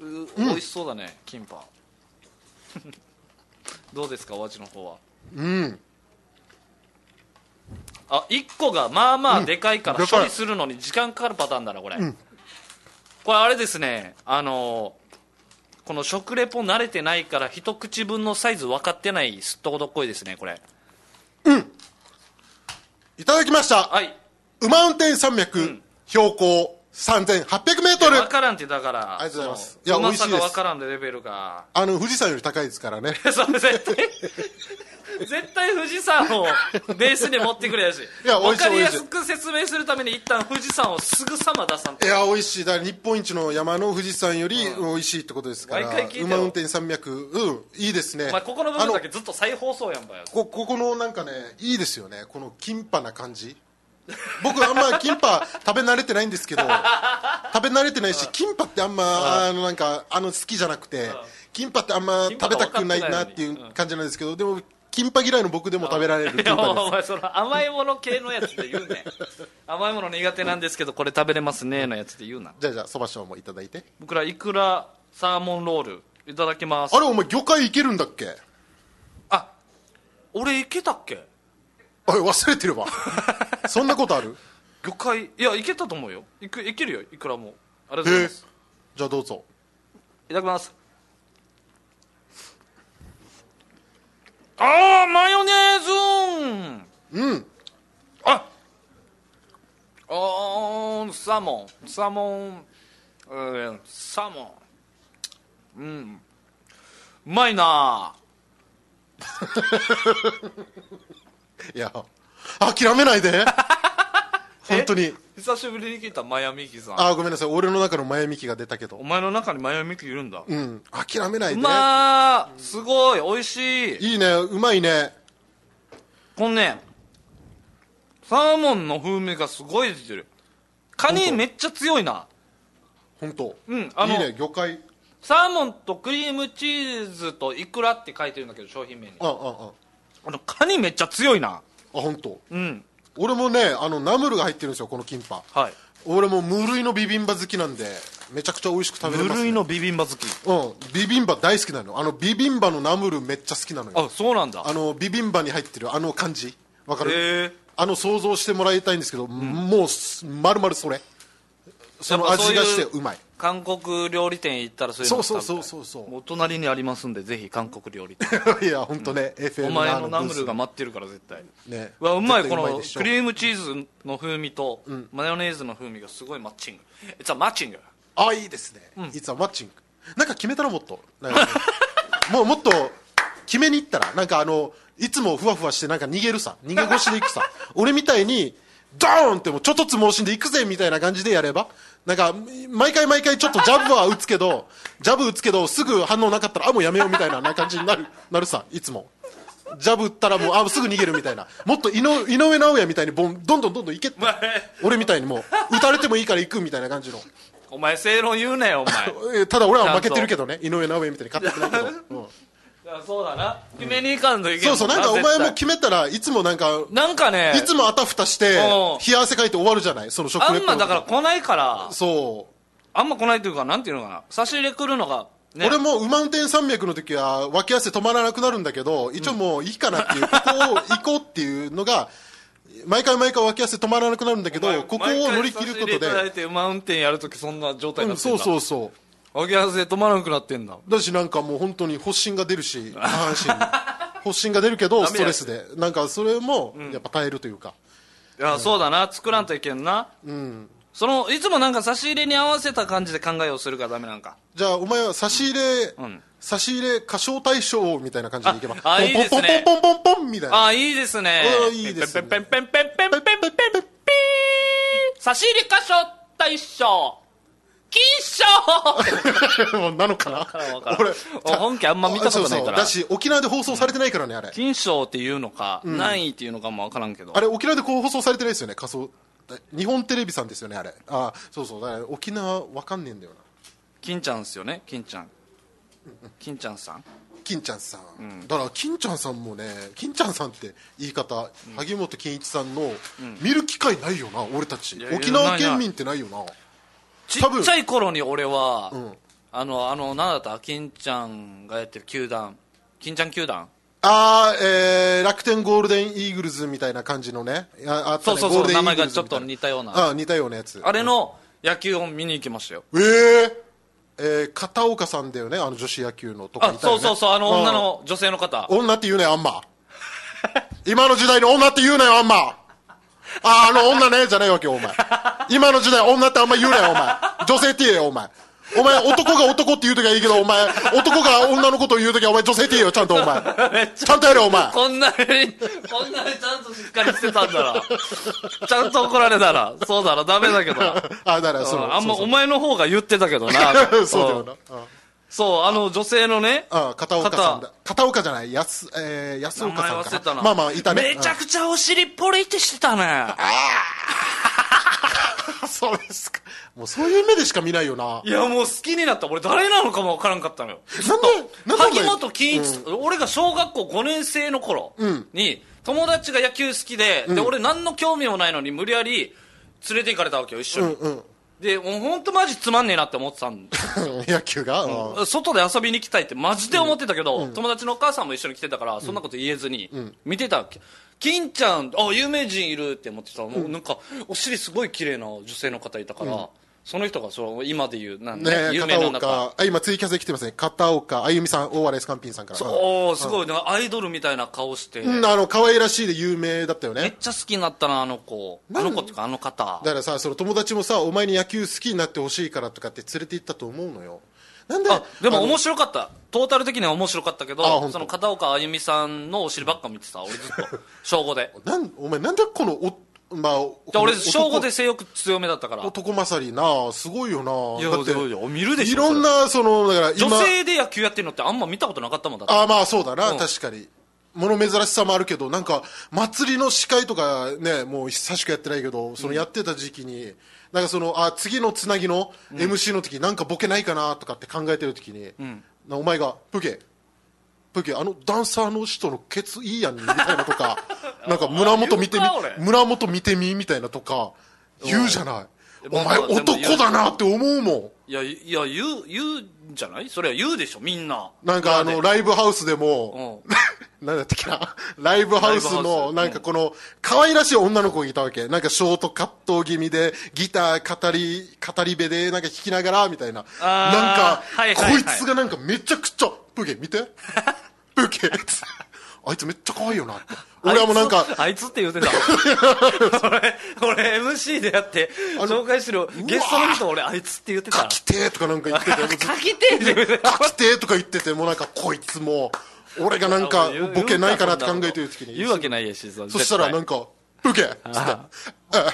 [SPEAKER 1] う、美味しそうだねキンパ どうですかお味の方は
[SPEAKER 2] うん
[SPEAKER 1] あ一1個がまあまあでかいから
[SPEAKER 2] でかい
[SPEAKER 1] 処理するのに時間かかるパターンだなこれ、これあれですねあのーこの食レポ慣れてないから一口分のサイズ分かってないすっとこどっこいですねこれ
[SPEAKER 2] いただきました、
[SPEAKER 1] はい
[SPEAKER 2] 馬運転山脈、標高3800メートル
[SPEAKER 1] 分からんってだから
[SPEAKER 2] ありがとうございます
[SPEAKER 1] その
[SPEAKER 2] いや
[SPEAKER 1] うまさ
[SPEAKER 2] 美味しいで
[SPEAKER 1] が
[SPEAKER 2] す
[SPEAKER 1] 分からんでレベルが
[SPEAKER 2] あの富士山より高いですからね
[SPEAKER 1] それ絶対絶対富士山をベースに持ってくれやし
[SPEAKER 2] いや美
[SPEAKER 1] 分
[SPEAKER 2] 味しい
[SPEAKER 1] かり
[SPEAKER 2] 美
[SPEAKER 1] や
[SPEAKER 2] 味しい
[SPEAKER 1] すく説明するために一旦富士山をすぐさま出さんと
[SPEAKER 2] いや美味しいだから日本一の山の富士山より美味しいってことですから、
[SPEAKER 1] 毎回聞いてよ
[SPEAKER 2] 馬運転山脈うんいいですね
[SPEAKER 1] お前ここの部分だけ
[SPEAKER 2] あの
[SPEAKER 1] ずっと再放送やんばよ
[SPEAKER 2] こここのなんかねいいですよねこのキンパな感じ僕あんまキンパ食べ慣れてないんですけど食べ慣れてないしキンパってあんまあのなんかあの好きじゃなくてキンパってあんま食べたくないなっていう感じなんですけどでもキンパ嫌いの僕でも食べられるキン
[SPEAKER 1] いや
[SPEAKER 2] パです
[SPEAKER 1] お前その甘いもの系のやつで言うね甘いもの苦手なんですけどこれ食べれますねのやつで言うな
[SPEAKER 2] じゃあじゃあそばしょうもいただいて
[SPEAKER 1] 僕らいくらサーモンロールいただきます
[SPEAKER 2] あれお前魚介いけるんだっけ
[SPEAKER 1] あ俺いけたっけ
[SPEAKER 2] おい忘れてるわ そんなことある
[SPEAKER 1] 魚介いやいけたと思うよいくいけるよいくらもありがとうございます
[SPEAKER 2] じゃあどうぞ
[SPEAKER 1] いただきますああマヨネーズ
[SPEAKER 2] うん
[SPEAKER 1] ああーサーモンサーモン、えーサーモンうんうまいない
[SPEAKER 2] や諦めない で本当に
[SPEAKER 1] 久しぶりに聞いたマヤミキさん
[SPEAKER 2] あーごめんなさい俺の中の前向きが出たけど
[SPEAKER 1] お前の中にマヤミキいるんだ、う
[SPEAKER 2] うん諦めないで
[SPEAKER 1] まーすごい美味しい
[SPEAKER 2] いいねうまいね
[SPEAKER 1] このねサーモンの風味がすごい出てるカニめっちゃ強いな
[SPEAKER 2] 本当
[SPEAKER 1] うんあの
[SPEAKER 2] いいね魚介
[SPEAKER 1] サーモンとクリームチーズとイクラって書いてるんだけど商品名に
[SPEAKER 2] ああああ
[SPEAKER 1] あのカニめっちゃ強いな
[SPEAKER 2] 本当
[SPEAKER 1] うん
[SPEAKER 2] 俺もねあのナムルが入ってるんですよこのキンパ
[SPEAKER 1] はい
[SPEAKER 2] 俺もう無類のビビンバ好きなんでめちゃくちゃ美味しく食べれ
[SPEAKER 1] 無
[SPEAKER 2] ます、
[SPEAKER 1] 類のビビンバ好き
[SPEAKER 2] うんビビンバ大好きなのあのビビンバのナムルめっちゃ好きなのよ
[SPEAKER 1] あそうなんだ
[SPEAKER 2] あのビビンバに入ってるあの感じわかる、
[SPEAKER 1] へー
[SPEAKER 2] あの想像してもらいたいんですけど、もうすまるまるそれその味がしてうまい
[SPEAKER 1] 韓国料理店行ったらそういうの
[SPEAKER 2] そうそ
[SPEAKER 1] 食べ
[SPEAKER 2] う
[SPEAKER 1] たい
[SPEAKER 2] そうそうそう
[SPEAKER 1] お隣にありますんでぜひ韓国料理 店
[SPEAKER 2] いや本当ね、FM
[SPEAKER 1] お前のナムルが
[SPEAKER 2] ま
[SPEAKER 1] 待ってるから絶対
[SPEAKER 2] ね
[SPEAKER 1] うわうまい
[SPEAKER 2] 絶
[SPEAKER 1] こ
[SPEAKER 2] 対うまい
[SPEAKER 1] の
[SPEAKER 2] でしょ
[SPEAKER 1] クリームチーズの風味とマヨネーズの風味がすごいマッチング It's a matching
[SPEAKER 2] あいいですね、いつはマッチングなんか決めたらもっとなんかもうもっと決めに行ったらなんかあのいつもふわふわしてなんか逃げるさ逃げ腰で行くさ俺みたいにドーンってもうちょっとつ盲信で行くぜみたいな感じでやればなんか毎回毎回ちょっとジャブは打つけどジャブ打つけどすぐ反応なかったらあもうやめようみたいなな感じになるなるさいつもジャブ打ったらもうあすぐ逃げるみたいなもっと井上井上尚弥みたいにボンどんどんどんどん行けって俺みたいにもう打たれてもいいから行くみたいな感じの
[SPEAKER 1] お前正論言うなよお前
[SPEAKER 2] えーただ俺は負けてるけどね井上尚弥みたいに勝ってくれないけど、うん
[SPEAKER 1] いやそうだな決めに行かんといけ
[SPEAKER 2] そ
[SPEAKER 1] ん
[SPEAKER 2] うそうなんかお前も決めたらいつもなんか
[SPEAKER 1] なんかね
[SPEAKER 2] いつもあたふたして
[SPEAKER 1] うん
[SPEAKER 2] 冷や汗かいて終わるじゃないその食レ
[SPEAKER 1] あ
[SPEAKER 2] ポ
[SPEAKER 1] んまだから来ないから
[SPEAKER 2] そう
[SPEAKER 1] あんま来ないというかなんていうのかな差し入れ来るのがね
[SPEAKER 2] 俺も馬運天山脈の時は脇汗止まらなくなるんだけど一応もういいかなっていう、ここを行こうっていうのが毎回毎回脇汗止まらなくなるんだけどここを乗り切るこ
[SPEAKER 1] 毎回差し
[SPEAKER 2] とで
[SPEAKER 1] 入れいただいてマウンテンやるときそんな状態に
[SPEAKER 2] う
[SPEAKER 1] なっ
[SPEAKER 2] ん、
[SPEAKER 1] てん
[SPEAKER 2] そ
[SPEAKER 1] だ
[SPEAKER 2] うそうそう
[SPEAKER 1] 脇汗止まらなくなってんだ
[SPEAKER 2] だしなんかもう本当に発疹が出る し下半身発疹が出るけどストレスでなんかそれもやっぱ耐えるというか、
[SPEAKER 1] いや、そうだな作らんといけんなうんそのいつもなんか差し入れに合わせた感じで考えをするからダメなんか
[SPEAKER 2] じゃあお前は差し入れ、差し入れ歌唱大賞みたいな感じでいけば
[SPEAKER 1] ああいいですね
[SPEAKER 2] ポンポンポンポンポンポンみたいな
[SPEAKER 1] ああいいですね
[SPEAKER 2] うんいいですね
[SPEAKER 1] ペンペンペンペンペンペンペンペンペンピー差し入れ歌唱大賞金賞
[SPEAKER 2] もうなのかな
[SPEAKER 1] らんわからん
[SPEAKER 2] 俺
[SPEAKER 1] 本家あんま見たことないから
[SPEAKER 2] そうそうだし沖縄で放送されてないからねあれ、
[SPEAKER 1] 金賞っていうのか、何位っていうのかもわからんけど
[SPEAKER 2] あれ沖縄でこう放送されてないですよね仮想日本テレビさんですよねあれあそうそうだから沖縄わかんねえんだよな
[SPEAKER 1] 金ちゃんっすよね金ちゃ ん金ちゃんさん
[SPEAKER 2] 金ちゃんさん、だから金ちゃんさんもね金ちゃんさんって言い方、萩本欽一さんの、見る機会ないよな俺たち
[SPEAKER 1] やいや
[SPEAKER 2] 沖縄県民ってないよな
[SPEAKER 1] ち
[SPEAKER 2] 多分
[SPEAKER 1] っちゃい頃に俺は、
[SPEAKER 2] ん
[SPEAKER 1] あのあの何だった金ちゃんがやってる球団金ちゃん球団
[SPEAKER 2] あー、えー、楽天ゴールデンイーグルズみたいな感じのねああったね
[SPEAKER 1] そうそうそう
[SPEAKER 2] ゴールデンイ
[SPEAKER 1] 名
[SPEAKER 2] ーグルズ
[SPEAKER 1] 前がちょっと似たような
[SPEAKER 2] みいあ似たようなやつ
[SPEAKER 1] あれの野球を見に行きましたよ
[SPEAKER 2] えー、えー、片岡さんだよねあの女子野球のとこ
[SPEAKER 1] あ
[SPEAKER 2] いたよ
[SPEAKER 1] そ
[SPEAKER 2] ね
[SPEAKER 1] うそうそうあの女の女性の方
[SPEAKER 2] うん女って言うねあんま今の時代に女って言うなよあんまああの女ねじゃないわけよお前今の時代女ってあんま言うなよお前女性って言えよお前お前男が男って言うときはいいけどお前男が女のことを言うときはお前女性って言えよちゃんとお前ちゃんとやれよお前
[SPEAKER 1] こんなにこんなにちゃんとしっかりしてたんだ なちゃんと怒られたらそうだなダメだけどな
[SPEAKER 2] あだから そ
[SPEAKER 1] うん
[SPEAKER 2] の
[SPEAKER 1] あんま
[SPEAKER 2] そ
[SPEAKER 1] お
[SPEAKER 2] う
[SPEAKER 1] 前の方が言ってたけどな
[SPEAKER 2] そう そうだよ
[SPEAKER 1] ん
[SPEAKER 2] なあ
[SPEAKER 1] そうあの女性のね
[SPEAKER 2] あ片岡さんだ片岡じゃない安,、えー、安
[SPEAKER 1] 名
[SPEAKER 2] 岡
[SPEAKER 1] 前
[SPEAKER 2] さん
[SPEAKER 1] 忘れ
[SPEAKER 2] か
[SPEAKER 1] たな
[SPEAKER 2] まあまあいたね
[SPEAKER 1] めちゃ
[SPEAKER 2] ち
[SPEAKER 1] くちゃお尻ポリってしてたね
[SPEAKER 2] ゃそうですかもうそういう目でしか見ないよない
[SPEAKER 1] やもう好きになった俺誰なのかもわからんかったのよ
[SPEAKER 2] なんで なんで
[SPEAKER 1] 萩本欽一、俺が小学校5年生の頃に、友達が野球好きで,、で俺何の興味もないのに無理やり連れて行かれたわけよ一緒に、でもう本当マジつまんねえなって思ってたん
[SPEAKER 2] 野球が、うん
[SPEAKER 1] 外で遊びに行きたいってマジで思ってたけど、友達のお母さんも一緒に来てたからそんなこと言えずに見てたわけ、金ちゃんあ有名人いるって思ってたら、もうなんかお尻すごい綺麗な女性の方いたから、その人がそう今で言うなん
[SPEAKER 2] ね
[SPEAKER 1] だ、有名
[SPEAKER 2] 片
[SPEAKER 1] な中
[SPEAKER 2] 岡あ今ツイキャスで来てますね片岡あゆみさん大笑いスカンピンさんからう
[SPEAKER 1] おーすごいねアイドルみたいな顔して、
[SPEAKER 2] んあの可愛らしいで有名だったよ
[SPEAKER 1] めっ
[SPEAKER 2] ね
[SPEAKER 1] ちゃ好きになったなあの子あの子っていうかあの方
[SPEAKER 2] だからさその友達もさお前に野球好きになってほしいからとかって連れて行ったと思うのよなんで
[SPEAKER 1] あでも
[SPEAKER 2] あの
[SPEAKER 1] 面白かったトータル的には面白かったけ
[SPEAKER 2] あ
[SPEAKER 1] ど
[SPEAKER 2] 本当
[SPEAKER 1] その片岡あゆみさんのお尻ばっか見てた俺ずっ と小5で
[SPEAKER 2] なんお前なんでこのおまあお
[SPEAKER 1] で俺
[SPEAKER 2] この
[SPEAKER 1] 小5
[SPEAKER 2] 男
[SPEAKER 1] で性欲強めだったから
[SPEAKER 2] 男勝りなすごいよない
[SPEAKER 1] や
[SPEAKER 2] だって
[SPEAKER 1] いやいや見るでしょ
[SPEAKER 2] いろんなそのだから今
[SPEAKER 1] 女性で野球やってるのってあんま見たことなかったもんだって
[SPEAKER 2] あまあそうだな、
[SPEAKER 1] うん
[SPEAKER 2] 確かに物珍しさもあるけどなんか祭りの司会とかねもう久しくやってないけどそのやってた時期に、なんかそのあ次のつなぎの MC の時、なんかボケないかなとかって考えてる時に、なお前が「プケプケあのダンサーの人のケツいいやん」みたいなと かなんか胸元見てみ
[SPEAKER 1] 言うか俺
[SPEAKER 2] 胸元見てみみたいなとか言うじゃないお前男だなって思うもん
[SPEAKER 1] いやいや言う言うんじゃないそれは言うでしょみんな
[SPEAKER 2] なんかあの、ライブハウスで
[SPEAKER 1] う
[SPEAKER 2] も、
[SPEAKER 1] ん、
[SPEAKER 2] なんだったっけな、ライブハウス
[SPEAKER 1] ライブハウ
[SPEAKER 2] の、
[SPEAKER 1] ス
[SPEAKER 2] なんかこの、可愛らしい女の子がいたわけ。なんかショートカット気味で、ギター語り、語り部で、なんか弾きながら、みたいな。
[SPEAKER 1] あー
[SPEAKER 2] なんか、
[SPEAKER 1] はいはいはい
[SPEAKER 2] こいつがなんかめちゃくちゃ、ブケ、 見て。ブケ、つあいつめっちゃ可愛いよなって。俺はもうなんか、
[SPEAKER 1] あいつあいつって言ってた 俺俺 MC でやって
[SPEAKER 2] あの
[SPEAKER 1] 紹介するゲストの人俺あいつって言って
[SPEAKER 2] 書
[SPEAKER 1] た
[SPEAKER 2] きてーとかなんか言 ってて、もうずっと
[SPEAKER 1] 書きてえって言ってた
[SPEAKER 2] 書きてーとか言ってて、もうなんかこいつも、俺がなんか
[SPEAKER 1] 言う、
[SPEAKER 2] ボケないかなって考えてる時に。
[SPEAKER 1] 言うわけないやしそ
[SPEAKER 2] そしたらなんか、ウケっつって。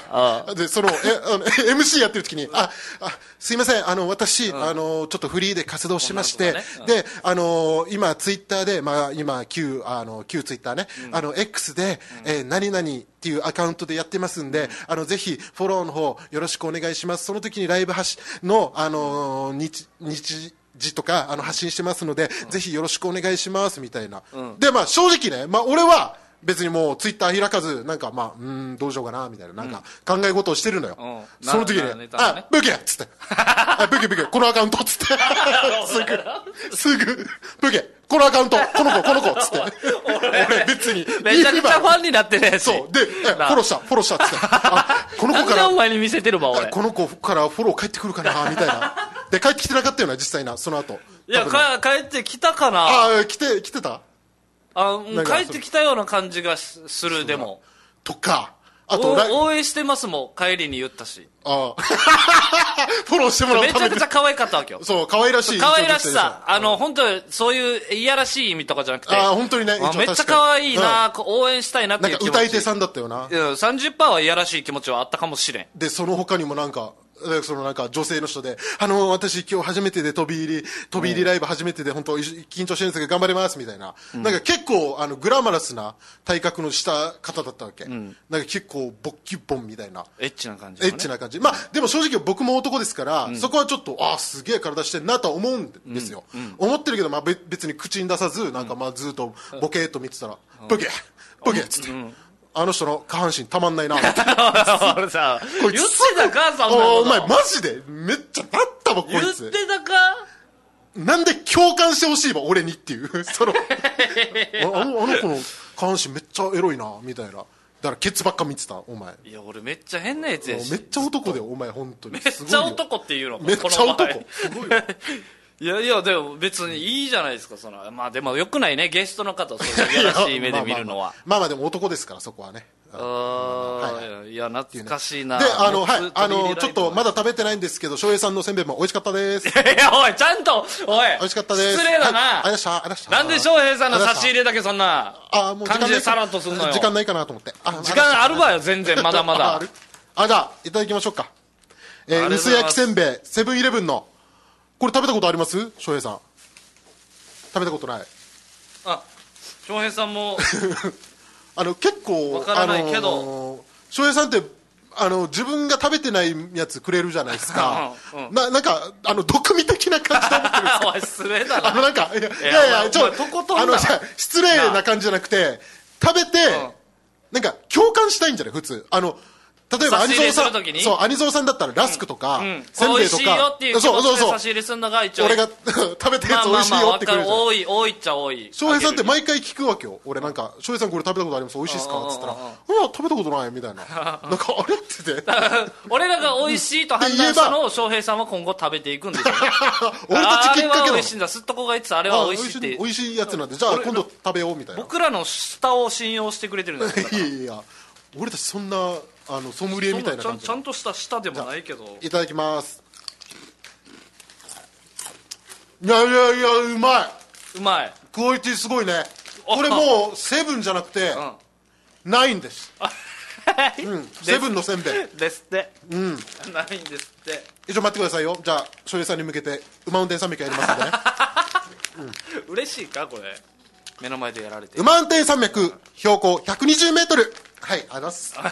[SPEAKER 2] あで、その、え、あの、 え MC やってる時に、あ、あ、すいません、あの、私、あの、ちょっとフリーで活動しまして、
[SPEAKER 1] 女の子が
[SPEAKER 2] で、あの、今、ツイッターで、まあ、今、旧、あの、旧ツイッターね、あの、X で、えー何々っていうアカウントでやってますんで、あの、ぜひ、フォローの方、よろしくお願いします。その時にライブはし、の、あの、日、日、時とかあの発信してますので、ぜひよろしくお願いしますみたいな、でまあ正直ね、まあ、俺は別にもうツイッター開かず、なんかまあ、うーん、どうしようかな、みたいな、なんか考え事をしてるのよ。
[SPEAKER 1] うん
[SPEAKER 2] その時に、
[SPEAKER 1] ななネタのね
[SPEAKER 2] あ、ブケっつって。あ、ブケブケ、このアカウント っつって。すぐ、すぐ、ブケ、このアカウント、この子、この子っつって。俺別に。
[SPEAKER 1] めちゃくちゃフ
[SPEAKER 2] 今
[SPEAKER 1] ァンになってね
[SPEAKER 2] そう。で、えフォローした、フォローしたっつって。あ、この
[SPEAKER 1] な
[SPEAKER 2] 子
[SPEAKER 1] ん
[SPEAKER 2] か
[SPEAKER 1] で
[SPEAKER 2] ら
[SPEAKER 1] お、前に見せてるわ俺
[SPEAKER 2] この子からフォロー返ってくる かな、みたいな。で、帰ってきてなかったよな、実際な、その後。
[SPEAKER 1] いや
[SPEAKER 2] 多分
[SPEAKER 1] か帰ってきたかな
[SPEAKER 2] あ、来て、来てた
[SPEAKER 1] あうん
[SPEAKER 2] なんか
[SPEAKER 1] 帰ってきたような感じがすするでも
[SPEAKER 2] とか。あと、ライ
[SPEAKER 1] お応援してますもん帰りに言ったし
[SPEAKER 2] あ あフォローしてもらう
[SPEAKER 1] めち
[SPEAKER 2] た
[SPEAKER 1] ゃ
[SPEAKER 2] め
[SPEAKER 1] く
[SPEAKER 2] に
[SPEAKER 1] ちゃ。可愛かったわけよ
[SPEAKER 2] そう、可愛ら しい。
[SPEAKER 1] 可愛らしさ
[SPEAKER 2] あ
[SPEAKER 1] あの本当にそういういやらしい意味とかじゃなくて
[SPEAKER 2] あー、本当にね。
[SPEAKER 1] あ
[SPEAKER 2] 一応
[SPEAKER 1] めっちゃ
[SPEAKER 2] 確かに
[SPEAKER 1] 可愛いな、こう応援したいなっ
[SPEAKER 2] う
[SPEAKER 1] て
[SPEAKER 2] ん
[SPEAKER 1] い
[SPEAKER 2] な
[SPEAKER 1] うん気
[SPEAKER 2] か
[SPEAKER 1] 持ち
[SPEAKER 2] 歌い手さんだったよな。
[SPEAKER 1] うん30%はいやらしい気持ちはあったかもしれん
[SPEAKER 2] で、その他にもなんか、えそのなんか女性の人で、あの、私今日初めてで飛び入り、飛び入りライブ初めてで本当い緊張してるんですけど頑張りますみたいな。なんか結構、あの、グラマラスな体格のした方だったわけ。なんか結構、勃起ボンみたいな。
[SPEAKER 1] エッチな感じの
[SPEAKER 2] エ
[SPEAKER 1] ね
[SPEAKER 2] ッチな感じ。まあ、でも正直僕も男ですから、そこはちょっと、ああ、すげえ体してんなとは思うんですよ。思ってるけど、まあ、べ別に口に出さず、なんかまあ、ずっとボケーっと見てたら、ボケーボケーっつって、あの人の下半身たまんないな、 って。
[SPEAKER 1] 俺さ言
[SPEAKER 2] こ
[SPEAKER 1] っ
[SPEAKER 2] い
[SPEAKER 1] て
[SPEAKER 2] つ
[SPEAKER 1] たかそんな
[SPEAKER 2] おお前
[SPEAKER 1] こ
[SPEAKER 2] マジでめっちゃなったわことい
[SPEAKER 1] 言っ
[SPEAKER 2] つ
[SPEAKER 1] てたか
[SPEAKER 2] なんで共感してほしいわ俺にっていう そのああのあの子の下半身めっちゃエロいなみたいなだからケツばっか見てたお前
[SPEAKER 1] いや俺めっちゃ変なやつ
[SPEAKER 2] め
[SPEAKER 1] や
[SPEAKER 2] っ
[SPEAKER 1] し
[SPEAKER 2] ちゃ男だよお前本当にめ
[SPEAKER 1] めっちゃ男っていうのか
[SPEAKER 2] めっちゃ
[SPEAKER 1] この場合
[SPEAKER 2] 男すごいよ
[SPEAKER 1] いやいやでも別にいいじゃないですかそのまあでもよくないねゲストの方をそういういやらしい目で見るのは
[SPEAKER 2] まあまあまあまあまあでも男ですからそこはね
[SPEAKER 1] あーいや懐かしいな
[SPEAKER 2] であのはい
[SPEAKER 1] 夏飛
[SPEAKER 2] あ
[SPEAKER 1] び入りライ
[SPEAKER 2] の
[SPEAKER 1] ブ
[SPEAKER 2] ちょっとまだ食べてないんですけど翔平さんのせんべいも美味しかったで す
[SPEAKER 1] いやおいちゃんとおい
[SPEAKER 2] 美味しかったです
[SPEAKER 1] 失礼だ
[SPEAKER 2] はいありがとうござい
[SPEAKER 1] な
[SPEAKER 2] ましたありがとうございました
[SPEAKER 1] なんで翔平さんの差し入れだけそんな
[SPEAKER 2] あもう時
[SPEAKER 1] 感
[SPEAKER 2] 間ない
[SPEAKER 1] じでさらっとすんのよ
[SPEAKER 2] 時間ないかなと思ってあ
[SPEAKER 1] 時間あるわよ全然まだま
[SPEAKER 2] ああ
[SPEAKER 1] だ
[SPEAKER 2] るあじゃあいただきましょうか、え
[SPEAKER 1] あ
[SPEAKER 2] ー、
[SPEAKER 1] りがとうござ
[SPEAKER 2] 薄
[SPEAKER 1] い
[SPEAKER 2] 焼
[SPEAKER 1] ま
[SPEAKER 2] き
[SPEAKER 1] す
[SPEAKER 2] せんべいセブンイレブンのこれ食べたことあります翔平さん食べたことない
[SPEAKER 1] あ翔平さん も
[SPEAKER 2] あの結構
[SPEAKER 1] わからないけど
[SPEAKER 2] あのー翔平さんってあの自分が食べてないやつくれるじゃないですか
[SPEAKER 1] うんうん
[SPEAKER 2] ななんかあの毒味的な感じで 思ってるんですか
[SPEAKER 1] おい失礼だ
[SPEAKER 2] あ
[SPEAKER 1] な
[SPEAKER 2] のなんか、いやい
[SPEAKER 1] や
[SPEAKER 2] やい
[SPEAKER 1] お
[SPEAKER 2] や、
[SPEAKER 1] 前
[SPEAKER 2] ちょ
[SPEAKER 1] お前とことんだ
[SPEAKER 2] あのじゃあ失礼な感じじゃなくて、食べて、なんか共感したいんじゃない普通。あの、例えば、
[SPEAKER 1] 差
[SPEAKER 2] ア
[SPEAKER 1] し
[SPEAKER 2] ニ
[SPEAKER 1] 入
[SPEAKER 2] ゾ
[SPEAKER 1] れ
[SPEAKER 2] ウさ
[SPEAKER 1] する時
[SPEAKER 2] ん、
[SPEAKER 1] に
[SPEAKER 2] そう、アニゾウさんだったらラスクとか、
[SPEAKER 1] うん
[SPEAKER 2] せん
[SPEAKER 1] 美
[SPEAKER 2] べい
[SPEAKER 1] 味
[SPEAKER 2] と
[SPEAKER 1] しいよ
[SPEAKER 2] か
[SPEAKER 1] っていう、気
[SPEAKER 2] そう
[SPEAKER 1] 持
[SPEAKER 2] そう
[SPEAKER 1] ちで
[SPEAKER 2] そ
[SPEAKER 1] 差
[SPEAKER 2] う
[SPEAKER 1] し。入れするのが一応
[SPEAKER 2] 俺が 食べたや
[SPEAKER 1] まあ
[SPEAKER 2] つ美
[SPEAKER 1] まあ
[SPEAKER 2] 味し
[SPEAKER 1] ま
[SPEAKER 2] い
[SPEAKER 1] あ
[SPEAKER 2] よっ
[SPEAKER 1] わ
[SPEAKER 2] て
[SPEAKER 1] か
[SPEAKER 2] くれ
[SPEAKER 1] る
[SPEAKER 2] るじゃん。
[SPEAKER 1] 多い多いっちゃ多い
[SPEAKER 2] 翔平さんって毎回聞くわけよ。俺なんか、翔平さんこれ食べたことあります美味しいですか
[SPEAKER 1] うんうんうん
[SPEAKER 2] っ
[SPEAKER 1] うん
[SPEAKER 2] つったら、うん、食べたことない みたいな。なんか、あれってて。
[SPEAKER 1] 俺らが美味しいと判断したのを翔平さんは今後食べていくんですよ
[SPEAKER 2] 俺たちきっ
[SPEAKER 1] ああれ
[SPEAKER 2] かけ
[SPEAKER 1] は
[SPEAKER 2] な
[SPEAKER 1] 美
[SPEAKER 2] の
[SPEAKER 1] 味しいんだすっとこが言ってたあれは美味しいっ
[SPEAKER 2] あ美
[SPEAKER 1] て
[SPEAKER 2] 味しいやつなんで、じゃあ今度食べようみたいな。
[SPEAKER 1] 僕らの舌を信用してくれてるんだから
[SPEAKER 2] いやいやいや俺たちそんなあのソムリエみたいな
[SPEAKER 1] そん
[SPEAKER 2] 感
[SPEAKER 1] な
[SPEAKER 2] じ
[SPEAKER 1] ちゃんちゃんとした舌でもないけど
[SPEAKER 2] いただきますいやいやいやうまいう
[SPEAKER 1] まい
[SPEAKER 2] クオリティすごいねこれもうセブンじゃなくて、ないんです、 うん、セブンのせんべい
[SPEAKER 1] ですってうんないんですって
[SPEAKER 2] 一応待ってくださいよじゃあ翔平さんに向けて馬運転300やりますんでね
[SPEAKER 1] 嬉しいかこれ目の前でやられて
[SPEAKER 2] 馬運転300標高1 2 0メートルはいありがとうございます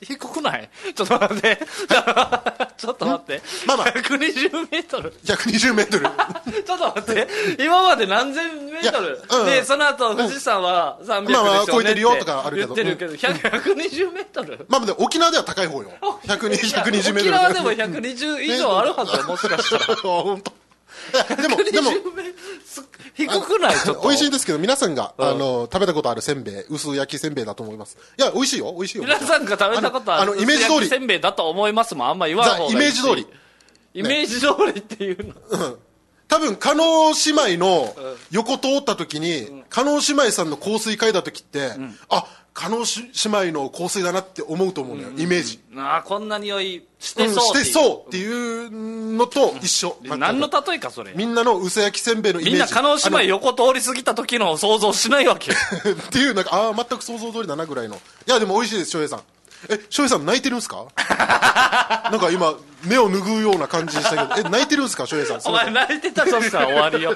[SPEAKER 1] 低くないちょっと待って ちょっと待って
[SPEAKER 2] まあま あ
[SPEAKER 1] 120メートル
[SPEAKER 2] 1 2 0メートル
[SPEAKER 1] ちょっと待って今まで何千メメートル
[SPEAKER 2] いやうん
[SPEAKER 1] でその後富士山は300でしょうねって、
[SPEAKER 2] まあまあ超えてるよとかあるけど
[SPEAKER 1] 言ってるけど120メートル
[SPEAKER 2] まあでも沖縄では高い方よ120 120メートル
[SPEAKER 1] 沖縄でも120以上あるはずだよもしかしたら
[SPEAKER 2] 本当いやでもでも
[SPEAKER 1] 120メす低くないちょっと
[SPEAKER 2] 美味しいんですけど皆さんが、あの食べたことあるせんべい薄焼きせんべいだと思いますいや美味しいよ美味しいよ
[SPEAKER 1] 皆さんが食べたことある
[SPEAKER 2] あのあのイメージ通り
[SPEAKER 1] 薄焼きせんべいだと思いますもんあんま言わん
[SPEAKER 2] ザ
[SPEAKER 1] 方がいいし
[SPEAKER 2] イメージ通り
[SPEAKER 1] イメージ通りっていうの
[SPEAKER 2] 多分加納姉妹の横通った時に加納姉妹さんの香水嗅いだ時って、あ加納し姉妹の香水だなって思うと思うのよ、イメージ、
[SPEAKER 1] ああこんな匂いし
[SPEAKER 2] う
[SPEAKER 1] て
[SPEAKER 2] ん、
[SPEAKER 1] そう
[SPEAKER 2] し
[SPEAKER 1] っていう
[SPEAKER 2] てそうっていうのと一緒、全く
[SPEAKER 1] 何の例えかそれ
[SPEAKER 2] みんなの薄焼きせんべいのイメージ
[SPEAKER 1] みんな加納姉妹横通り過ぎた時の想像しないわけよ
[SPEAKER 2] あのっていうなんかああ全く想像通りだなぐらいのいやでも美味しいです翔平さんえ翔平さん泣いてる んすかなんか今目を拭うような感じでしたけどえ泣いてるんすか翔平さんす
[SPEAKER 1] お
[SPEAKER 2] いま
[SPEAKER 1] 前
[SPEAKER 2] せん
[SPEAKER 1] 泣いてたとしたら終わりよ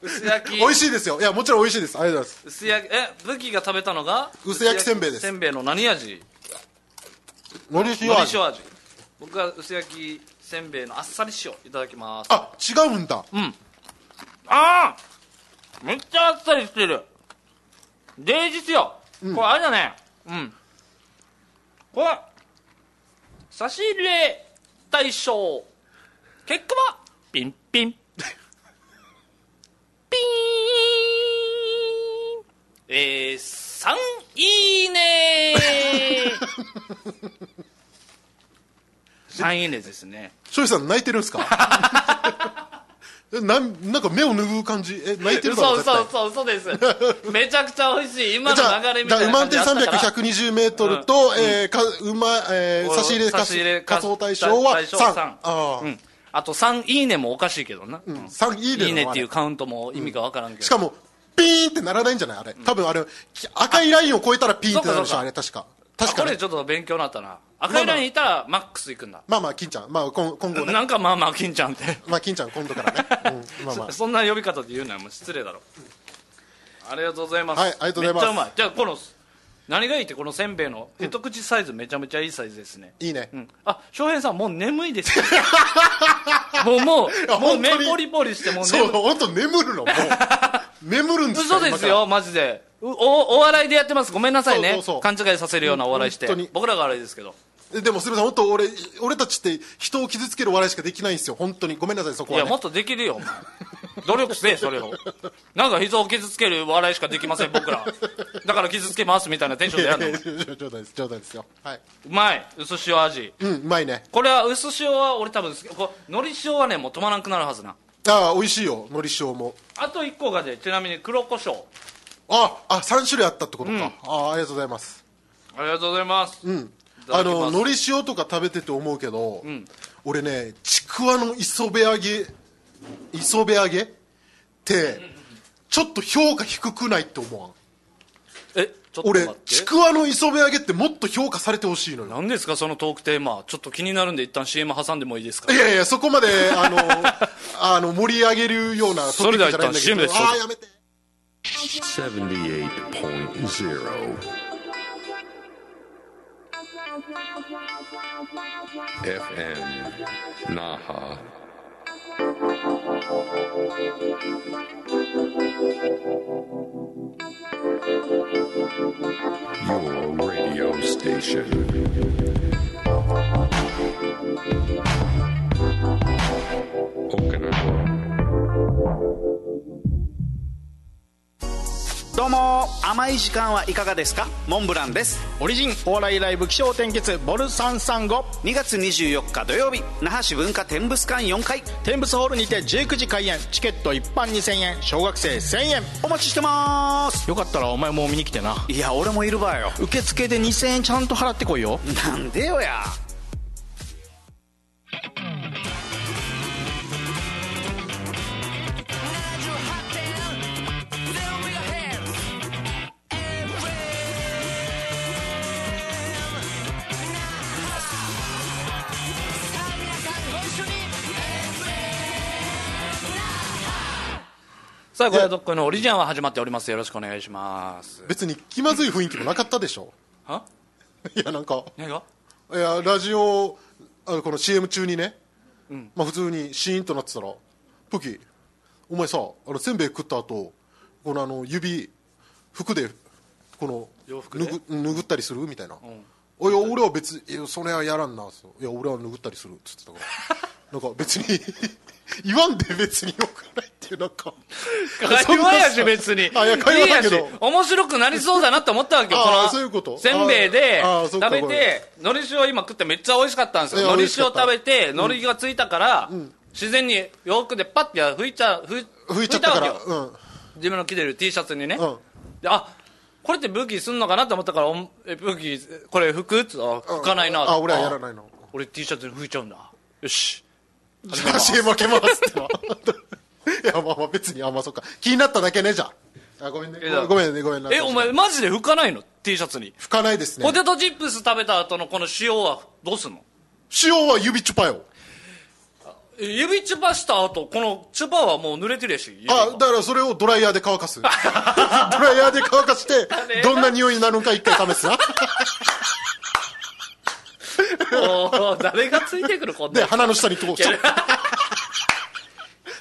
[SPEAKER 1] 薄焼き
[SPEAKER 2] 美味しいですよいやもちろん美味しいですありがとうございます
[SPEAKER 1] 薄焼きえ武器が食べたのが
[SPEAKER 2] 薄焼きせんべいです
[SPEAKER 1] せんべいの何味
[SPEAKER 2] のり塩
[SPEAKER 1] のり
[SPEAKER 2] 味
[SPEAKER 1] 塩味僕は薄焼きせんべいのあっさり塩いただきます
[SPEAKER 2] あ違うんだ
[SPEAKER 1] ああめっちゃあっさりしてる芸術よ、これあれだねうんこれ差し入れ大賞結果はピン ピンピーンえー、3いいね ー3いいねですね
[SPEAKER 2] 翔平さん泣いてるんすか えなんなんか目を拭う感じえ泣いてるだろ
[SPEAKER 1] 嘘
[SPEAKER 2] 絶対
[SPEAKER 1] 嘘嘘嘘です めちゃくちゃ美味しい今
[SPEAKER 2] じゃ
[SPEAKER 1] の
[SPEAKER 2] あ、
[SPEAKER 1] 流れみ
[SPEAKER 2] じゃ
[SPEAKER 1] た
[SPEAKER 2] あ、
[SPEAKER 1] いな
[SPEAKER 2] 馬
[SPEAKER 1] 感
[SPEAKER 2] 手
[SPEAKER 1] じあったから
[SPEAKER 2] 320メートルと、えーか、馬、えー差し入れ
[SPEAKER 1] 差し入れ
[SPEAKER 2] 仮想対象は
[SPEAKER 1] 仮想
[SPEAKER 2] 3。
[SPEAKER 1] 対象3
[SPEAKER 2] あ
[SPEAKER 1] うんあと3いいねもおかしいけどな、うん
[SPEAKER 2] あ、三いいね。
[SPEAKER 1] いいねっていう
[SPEAKER 2] あ
[SPEAKER 1] カウントも意味がわからんけ
[SPEAKER 2] れ。
[SPEAKER 1] ど
[SPEAKER 2] しかも、ピーンってならないんじゃないあれ。多分あれ、き赤いラインを超えたらピーンってなるでし
[SPEAKER 1] そうかそうか
[SPEAKER 2] ょ、あれ、確か。
[SPEAKER 1] あ
[SPEAKER 2] 確
[SPEAKER 1] こ
[SPEAKER 2] か
[SPEAKER 1] れ
[SPEAKER 2] に。
[SPEAKER 1] ちょっと勉強になったな赤いラインいたらマックスいくんだ、
[SPEAKER 2] まあまあ、金ちゃん。まあ、今今後ね。
[SPEAKER 1] なんかまあまあ金ちゃんって、
[SPEAKER 2] まあ、金ちゃん、今度からね。うん、まあまあ
[SPEAKER 1] そ。そんな呼び方で言うのはもう失礼だろありがとうございます
[SPEAKER 2] はいありがとうござ
[SPEAKER 1] め
[SPEAKER 2] います
[SPEAKER 1] っちゃうまいじゃあこの何がいいってこのせんべいの一口サイズめちゃめちゃいいサイズですね、
[SPEAKER 2] いいね。
[SPEAKER 1] うんあ翔平さん、もう眠い ですよもう、も
[SPEAKER 2] や
[SPEAKER 1] う、もう
[SPEAKER 2] 本
[SPEAKER 1] 目
[SPEAKER 2] 当に
[SPEAKER 1] ポリポリして、もう
[SPEAKER 2] そう、
[SPEAKER 1] 眠い。
[SPEAKER 2] ほんと眠るの、 もう。眠るんです
[SPEAKER 1] 嘘ですよ、マジで。うお、お笑いでやってます。ごめんなさいね。
[SPEAKER 2] そうそうそう
[SPEAKER 1] 勘違いさせるようなお笑いして
[SPEAKER 2] うん本当に。
[SPEAKER 1] 僕らが悪いですけど。
[SPEAKER 2] えでもすみません、本当俺、俺たちって人を傷つける笑いしかできないんですよ、本当に。ごめんなさい、そこ
[SPEAKER 1] い
[SPEAKER 2] は、
[SPEAKER 1] や、
[SPEAKER 2] ね。
[SPEAKER 1] もっとできるよ、お前。努力せえ、それを。なんか膝を傷つける笑いしかできません、僕ら。だから傷つけますみたいなテンションでやるの。
[SPEAKER 2] いやいや 冗談です、冗談ですよ。はい。
[SPEAKER 1] うまい、薄塩味。
[SPEAKER 2] うん、うまいね。
[SPEAKER 1] これは薄塩は俺多分好き、こう海苔塩はね、もう止まらなくなるはずな。
[SPEAKER 2] ああ、美味しいよ、のり塩も。
[SPEAKER 1] あと1個がね、ちなみに黒胡椒。
[SPEAKER 2] あ、あ、3種類あったってこと
[SPEAKER 1] う
[SPEAKER 2] か。
[SPEAKER 1] ん
[SPEAKER 2] ああ、ありがとうございます。
[SPEAKER 1] ありがとうございます。
[SPEAKER 2] うん。
[SPEAKER 1] ただ
[SPEAKER 2] あ
[SPEAKER 1] きます
[SPEAKER 2] の、のり塩とか食べてて思うけど、俺ね、ちくわの磯辺揚げ、磯辺揚げって、ちょっと評価低くないって思わん。
[SPEAKER 1] え、ちょっと待っ
[SPEAKER 2] 俺
[SPEAKER 1] て。、
[SPEAKER 2] ちくわの磯辺揚げってもっと評価されてほしいのよ。
[SPEAKER 1] 何ですかそのトークテーマちょっと気になるんで一旦 CM 挟んでもいいですか
[SPEAKER 2] いやいや、そこまで、あの、あの、盛り上げるようなトピックじゃないんだ
[SPEAKER 1] それで
[SPEAKER 2] け
[SPEAKER 1] は一旦 CM で
[SPEAKER 2] ど、
[SPEAKER 1] す
[SPEAKER 2] ああ、やめて。
[SPEAKER 3] 78.0 FM Naha. Your radio station. Okinawa.
[SPEAKER 4] どうも甘い時間はいかがですかモンブランです
[SPEAKER 5] オリジンお笑いライブ気象転結ボル335
[SPEAKER 4] 2月24日土曜日那覇市文化天物館4階
[SPEAKER 5] 天物ホールにて19時開演チケット一般2000円小学生1000円
[SPEAKER 4] お待ちしてます
[SPEAKER 5] よかったらお前も見に来てない
[SPEAKER 4] や俺もいるわよ
[SPEAKER 5] 受付で2000円ちゃんと払ってこいよ
[SPEAKER 4] なんでよや
[SPEAKER 1] さあこれはどっこいのオリジンは始まっておりますよろしくお願いします
[SPEAKER 2] 別に気まずい雰囲気もなかったでしょ。
[SPEAKER 1] はい
[SPEAKER 2] や、なんか、
[SPEAKER 1] 何が
[SPEAKER 2] いや、ラジオ、あのこの CM 中にね、まあ普通にシーンとなってたら、プキ、お前さあのせんべい食った後このあの指服でこの
[SPEAKER 1] 洋服で
[SPEAKER 2] ぬぐ拭ったりするみたいな、おいや俺は別にいやそれはやらんなそういや俺は拭ったりするっつってたから なんか別に 言わんで別によくないっていうなんか
[SPEAKER 1] 会話やし別に。
[SPEAKER 2] あいや会話だけど
[SPEAKER 1] いいやし面白くなりそうだなって思ったわけよ。
[SPEAKER 2] あー
[SPEAKER 1] の
[SPEAKER 2] そういうこと
[SPEAKER 1] せんべいで
[SPEAKER 2] あーあーそ
[SPEAKER 1] 食
[SPEAKER 2] うか
[SPEAKER 1] べて、のり塩今食ってめっちゃ美味しかったんです
[SPEAKER 2] い
[SPEAKER 1] よ。
[SPEAKER 2] や
[SPEAKER 1] のり
[SPEAKER 2] 美
[SPEAKER 1] 塩
[SPEAKER 2] 味しかっ
[SPEAKER 1] 食
[SPEAKER 2] た
[SPEAKER 1] べて、のりがついたから、自然に洋服でパッて拭いちゃ、拭
[SPEAKER 2] 拭いちゃったか
[SPEAKER 1] わけ
[SPEAKER 2] ら
[SPEAKER 1] よ。
[SPEAKER 2] うん
[SPEAKER 1] 自分の着てる T シャツにね、
[SPEAKER 2] うん
[SPEAKER 1] であこれって武器すんのかなと思ったからおんえ武器これ拭くっつあ拭かないな
[SPEAKER 2] あ俺はやらないいの
[SPEAKER 1] 俺 T シャツに拭いちゃうんだよし
[SPEAKER 2] じゃあ CM 負けますってないやまあまあ別にあまあそっか気になっただけねじゃああごめんね
[SPEAKER 1] えだ
[SPEAKER 2] ごめんねごめんね
[SPEAKER 1] えお前マジで拭かないの T シャツに、
[SPEAKER 2] 拭かないですね
[SPEAKER 1] ポテトチップス食べた後のこの塩はどうすんの
[SPEAKER 2] 塩は指チュパよ
[SPEAKER 1] え指チュパした後このチュパはもう濡れてるやし指が
[SPEAKER 2] あだからそれをドライヤーで乾 かすドライヤーで乾かして
[SPEAKER 1] ね
[SPEAKER 2] どんな匂いになるのか一回試す な
[SPEAKER 1] おー誰がついてくるこん
[SPEAKER 2] で
[SPEAKER 1] な
[SPEAKER 2] 鼻の下にこうちょっと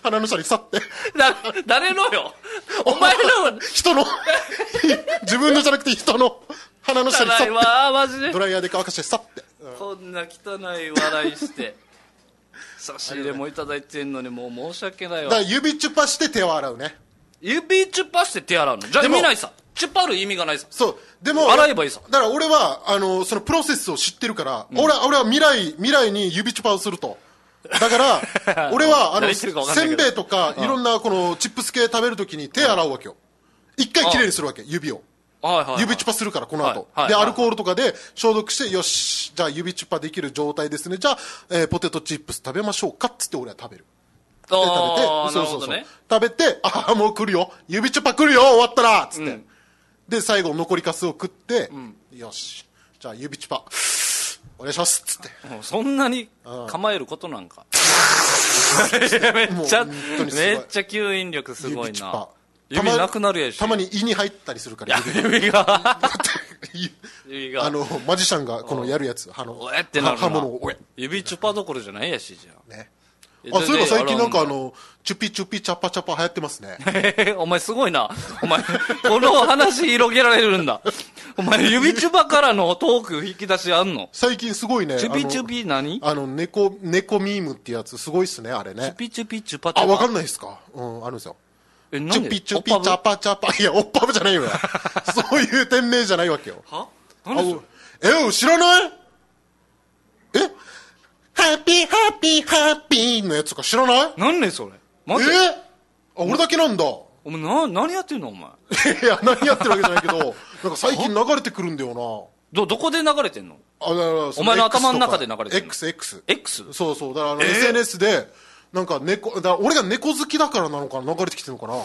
[SPEAKER 2] 鼻の下にさって
[SPEAKER 1] だ誰のよお前の
[SPEAKER 2] 人 の自分のじゃなくて人の鼻の下にさ
[SPEAKER 1] 汚い
[SPEAKER 2] って
[SPEAKER 1] わマジで
[SPEAKER 2] ドライヤーで乾かしてさって
[SPEAKER 1] こんな汚い笑いして差し入れもいただいてんのにもう申し訳ない
[SPEAKER 2] だから
[SPEAKER 1] わ
[SPEAKER 2] 指チュパして手を洗うね
[SPEAKER 1] 指チュパして手洗うのじゃあ
[SPEAKER 2] でも
[SPEAKER 1] 見ないさチュパる意味がないさ
[SPEAKER 2] そうでも
[SPEAKER 1] 洗えばいいさ
[SPEAKER 2] だから俺はあのそのプロセスを知ってるから、俺は俺は未来未来に指チュパをするとだから 俺はあ
[SPEAKER 1] 何
[SPEAKER 2] の
[SPEAKER 1] 言ってるか分かんないけ
[SPEAKER 2] せん
[SPEAKER 1] ど
[SPEAKER 2] べいとかいろんなこのチップス系食べるときに手洗うわけよ一回きれいにするわけ指を
[SPEAKER 1] はいはいはい
[SPEAKER 2] 指チュパするからこの後、
[SPEAKER 1] はいはい
[SPEAKER 2] で
[SPEAKER 1] はい
[SPEAKER 2] アルコールとかで消毒してよしじゃあ指チュパできる状態ですねじゃあ、えーポテトチップス食べましょうかっつって俺は食べるで
[SPEAKER 1] あー
[SPEAKER 2] 食べて
[SPEAKER 1] なるほどね
[SPEAKER 2] 食べてああもう来るよ指チュパ来るよ終わったらっつって、
[SPEAKER 1] うん
[SPEAKER 2] で最後残りかすを食って、よしじゃあ指チュパお願いしますっつって
[SPEAKER 1] もうそんなに構えることなん かめっちゃ
[SPEAKER 2] もう本当にすごい
[SPEAKER 1] めっちゃ吸引力すごい
[SPEAKER 2] 指チュ
[SPEAKER 1] な
[SPEAKER 2] パ
[SPEAKER 1] 指なくなるやした
[SPEAKER 2] まに胃に入ったりするから指
[SPEAKER 1] 指 が 指
[SPEAKER 2] あ
[SPEAKER 1] が
[SPEAKER 2] のマジシャンがこのやるやつあの
[SPEAKER 1] おえってなるな
[SPEAKER 2] 刃物をおえ
[SPEAKER 1] 指チュパどころじゃないやしじゃ
[SPEAKER 2] ね
[SPEAKER 1] あ
[SPEAKER 2] あそういえば最近なんかあのチュピチュピチャパチャパ流行ってますね
[SPEAKER 1] え ーお前すごいな。お前、この話広げられるんだ。お前、指チュパからのトーク引き出しあんの
[SPEAKER 2] 最近すごいね
[SPEAKER 1] チュピチュピ何チ
[SPEAKER 2] あのあの猫猫ミームってやつすごいっすねあれ
[SPEAKER 1] ュ
[SPEAKER 2] ね
[SPEAKER 1] ピチュピチュパチュ
[SPEAKER 2] あ
[SPEAKER 1] パ。
[SPEAKER 2] わかんないっすかうんあるんですよ
[SPEAKER 1] え、なん
[SPEAKER 2] チ
[SPEAKER 1] で
[SPEAKER 2] ュピチュピ
[SPEAKER 1] オッ
[SPEAKER 2] チャ
[SPEAKER 1] パ
[SPEAKER 2] パチャ パいやおっぱぶじゃないよ そういう店名じゃないわけよ
[SPEAKER 1] ブは
[SPEAKER 2] あ
[SPEAKER 1] 何それ
[SPEAKER 2] おえ知らないえハッピーハッピーハッピーのやつとか知らない
[SPEAKER 1] 何ねそれ
[SPEAKER 2] え
[SPEAKER 1] 待って。
[SPEAKER 2] あ俺だけなんだ い
[SPEAKER 1] お前、な、何やってんのお前。
[SPEAKER 2] や何やってるわけじゃな いけどなんか最近流れてくるんだよ
[SPEAKER 1] ど、どこで流れてんの
[SPEAKER 2] なあだからそ
[SPEAKER 1] お前の
[SPEAKER 2] X とか
[SPEAKER 1] 頭の中で流れてるの
[SPEAKER 2] XX
[SPEAKER 1] ?X?
[SPEAKER 2] そうそうだからあの SNS でなんか猫だから俺が猫好きだからなのかな流れてきてるのかな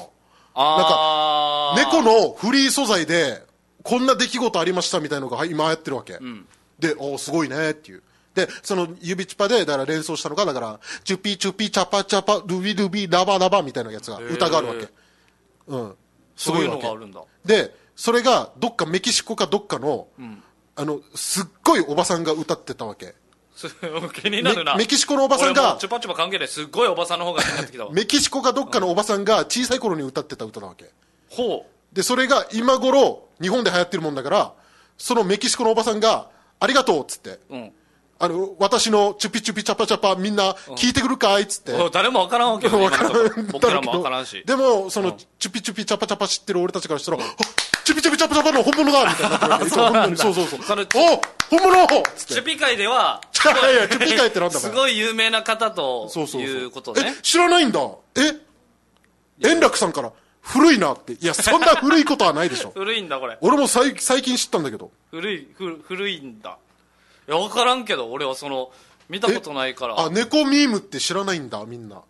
[SPEAKER 1] あー。
[SPEAKER 2] 猫のフリー素材でこんな出来事ありましたみたいのがはい今やってるわけ、でおーすごいねっていうでその指チュパでだから連想したのがだからチュピチュピチャパチャパルビルビラバラバみたいなやつが歌があるわけ、うんす
[SPEAKER 1] そう
[SPEAKER 2] ご
[SPEAKER 1] い
[SPEAKER 2] いうわ
[SPEAKER 1] の
[SPEAKER 2] け
[SPEAKER 1] があるんだ。
[SPEAKER 2] でそれがどっかメキシコかどっかの、あのすっごいおばさんが歌ってたわけ
[SPEAKER 1] す 気になるな。
[SPEAKER 2] メメキシコのおばさんが
[SPEAKER 1] 俺もうチュパチュパ関係ない。すっごいおばさんの方が気になってきたわ。
[SPEAKER 2] メキシコかどっかのおばさんが小さい頃に歌ってた歌なわけ、
[SPEAKER 1] ほう。
[SPEAKER 2] でそれが今頃日本で流行ってるもんだからそのメキシコのおばさんが「ありがとう」っつって、
[SPEAKER 1] うん。
[SPEAKER 2] あの「私のチュピチュピチャパチャパみんな聞いてくるかい?」っつって、
[SPEAKER 1] お誰もわから んわけよ。今のところ僕らもわからんし。
[SPEAKER 2] でもその、チュピチュピチャパチャパ知ってる俺たちからしたら「あチュピチュピチャパチャパの本物だ」みたいになってるわ け
[SPEAKER 1] そうなんだ
[SPEAKER 2] そうそうそう
[SPEAKER 1] それ
[SPEAKER 2] お本物!」っつって
[SPEAKER 1] チュピ界で は、
[SPEAKER 2] いやいやチュピ界ってなんだ
[SPEAKER 1] すごい有名な方と
[SPEAKER 2] そうそうそう
[SPEAKER 1] いうことね
[SPEAKER 2] え。知らないんだえ円楽さんから「古いな」っていやそんな古いことはない でしょ
[SPEAKER 1] 古いんだ、これ。
[SPEAKER 2] 俺も最最近知ったんだけど
[SPEAKER 1] 古い、古古いんだ。いや、わからんけど、俺はその、見たことないから。
[SPEAKER 2] あ猫ミームって知らないんだみんな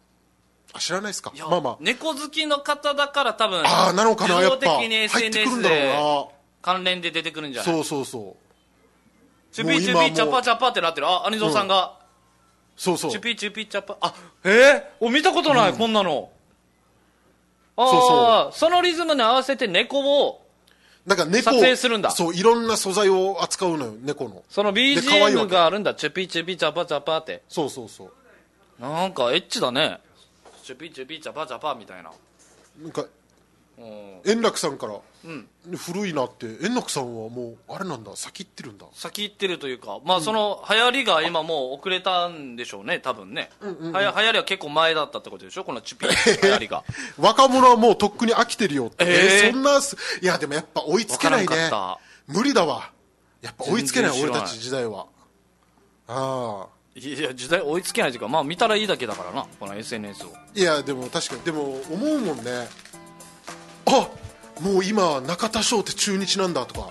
[SPEAKER 2] あ知らないですか
[SPEAKER 1] いや
[SPEAKER 2] まあまあ
[SPEAKER 1] 猫好きの方だから多分、
[SPEAKER 2] あーなのかな
[SPEAKER 1] 自
[SPEAKER 2] や
[SPEAKER 1] 動
[SPEAKER 2] っ
[SPEAKER 1] 的
[SPEAKER 2] ぱ
[SPEAKER 1] に
[SPEAKER 2] 入ってくる
[SPEAKER 1] SNS
[SPEAKER 2] んだろう
[SPEAKER 1] で
[SPEAKER 2] な
[SPEAKER 1] 関連で出てくるんじゃない
[SPEAKER 2] そうそうそう
[SPEAKER 1] チュピチ
[SPEAKER 2] もう
[SPEAKER 1] ュ
[SPEAKER 2] 今
[SPEAKER 1] ピ
[SPEAKER 2] も
[SPEAKER 1] チャパチャパってなってる。あ、アニゾさんが、
[SPEAKER 2] そうそう
[SPEAKER 1] チュピチュピチャパ、あ、えー、お、見たことない、こんなの。ああ
[SPEAKER 2] そう
[SPEAKER 1] そのリズムに合わせて猫を、
[SPEAKER 2] なんか猫を
[SPEAKER 1] 撮影するんだ
[SPEAKER 2] そういろんな素材を扱うのよ猫の
[SPEAKER 1] その
[SPEAKER 2] で可愛いわ
[SPEAKER 1] BGM
[SPEAKER 2] け
[SPEAKER 1] があるんだ。チュピチュピチャパチャパって。
[SPEAKER 2] そうそうそう
[SPEAKER 1] なんかエッチだね。チュピチュピジャパジャパみたいな
[SPEAKER 2] なんか
[SPEAKER 1] うん
[SPEAKER 2] 円楽さんから、古いなって円楽さんはもうあれなんだ先行ってるんだ
[SPEAKER 1] 先行ってるというかまあその流行りが今もう遅れたんでしょうね多分ね、はや流行りは結構前だったってことでしょこのチュ ピ流行りが
[SPEAKER 2] 若者はもうとっくに飽きてるよって、
[SPEAKER 1] えー
[SPEAKER 2] えーそんなすいやでもやっぱ追いつけない
[SPEAKER 1] わからん
[SPEAKER 2] ね
[SPEAKER 1] か
[SPEAKER 2] 無理だわやっぱ追いつけない
[SPEAKER 1] 全然知ら
[SPEAKER 2] 俺
[SPEAKER 1] ない
[SPEAKER 2] たち時代はああ
[SPEAKER 1] いや時代追いつけないというかまあ見たらいいだけだからなこの SNS を
[SPEAKER 2] いやでも確かにでも思うもんねあもう今中田翔って中日なんだとか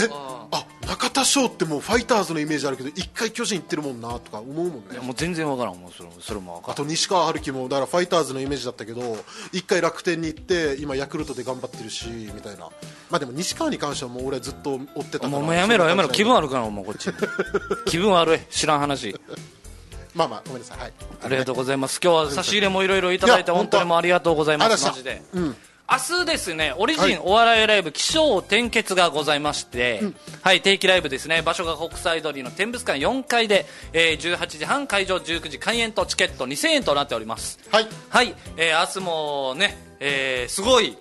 [SPEAKER 2] えあ中田翔ってもうファイターズのイメージあるけど一回巨人行ってるもんなとか思うもん
[SPEAKER 1] い
[SPEAKER 2] ね
[SPEAKER 1] やもう全然わからんもうそれもそれもわか
[SPEAKER 2] あ
[SPEAKER 1] らん
[SPEAKER 2] と西川春樹もだからファイターズのイメージだったけど一回楽天に行って今ヤクルトで頑張ってるしみたいなまあでも西川に関してはもう俺ずっと追ってたから
[SPEAKER 1] もうもうやめろやめろ気分
[SPEAKER 2] は
[SPEAKER 1] 悪くなるもうこっち気分悪い知らん話
[SPEAKER 2] まあまあごめんなさいはい
[SPEAKER 1] ありがとうございます今日は差し入れもいろいろいただい
[SPEAKER 2] い
[SPEAKER 1] て
[SPEAKER 2] や
[SPEAKER 1] 本当にもうありがとうございま
[SPEAKER 2] ありが
[SPEAKER 1] す
[SPEAKER 2] とう
[SPEAKER 1] マ
[SPEAKER 2] ご
[SPEAKER 1] ジ
[SPEAKER 2] ざい
[SPEAKER 1] で
[SPEAKER 2] ましたうん
[SPEAKER 1] 明日ですね、オリ
[SPEAKER 2] は
[SPEAKER 1] ジ
[SPEAKER 2] い
[SPEAKER 1] ンお笑いライブ、起承転結がございまして、はい、定期ライブですね、場所が国際通りの天物館4階で、えー18時半会場、19時開演とチケット2000円となっております。
[SPEAKER 2] はい
[SPEAKER 1] はい、えー明日もね、えーすごい、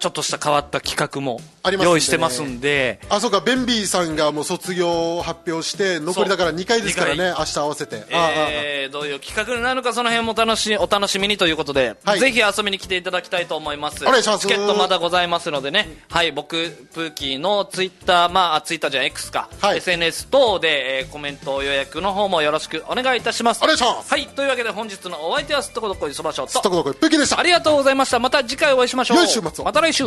[SPEAKER 1] ちょっとした変わった企画も
[SPEAKER 2] ありますんでね
[SPEAKER 1] 用意してますんで、
[SPEAKER 2] あそうかベンビーさんがもう卒業を発表して残りだから2回ですから
[SPEAKER 1] 二
[SPEAKER 2] ね明日合わせて、ああああ
[SPEAKER 1] えーどういう企画になるのかその辺も楽しお楽しみにということで、
[SPEAKER 2] はい
[SPEAKER 1] ぜひ遊びに来ていただきたいと思います
[SPEAKER 2] お願いします
[SPEAKER 1] チケットまだございますのでね、はい僕プーキーのツイッターまああツイッターじゃない X か、
[SPEAKER 2] はい
[SPEAKER 1] SNS 等で、えーコメント予約の方もよろしくお願いいたします
[SPEAKER 2] お願いします
[SPEAKER 1] はいというわけで本日のお相手はすっとこどっこいそばしょう
[SPEAKER 2] すっと
[SPEAKER 1] と
[SPEAKER 2] こどこいプキでした
[SPEAKER 1] ありがとうございましたまた次回お会いしましょう
[SPEAKER 2] 良い週末を
[SPEAKER 1] また来週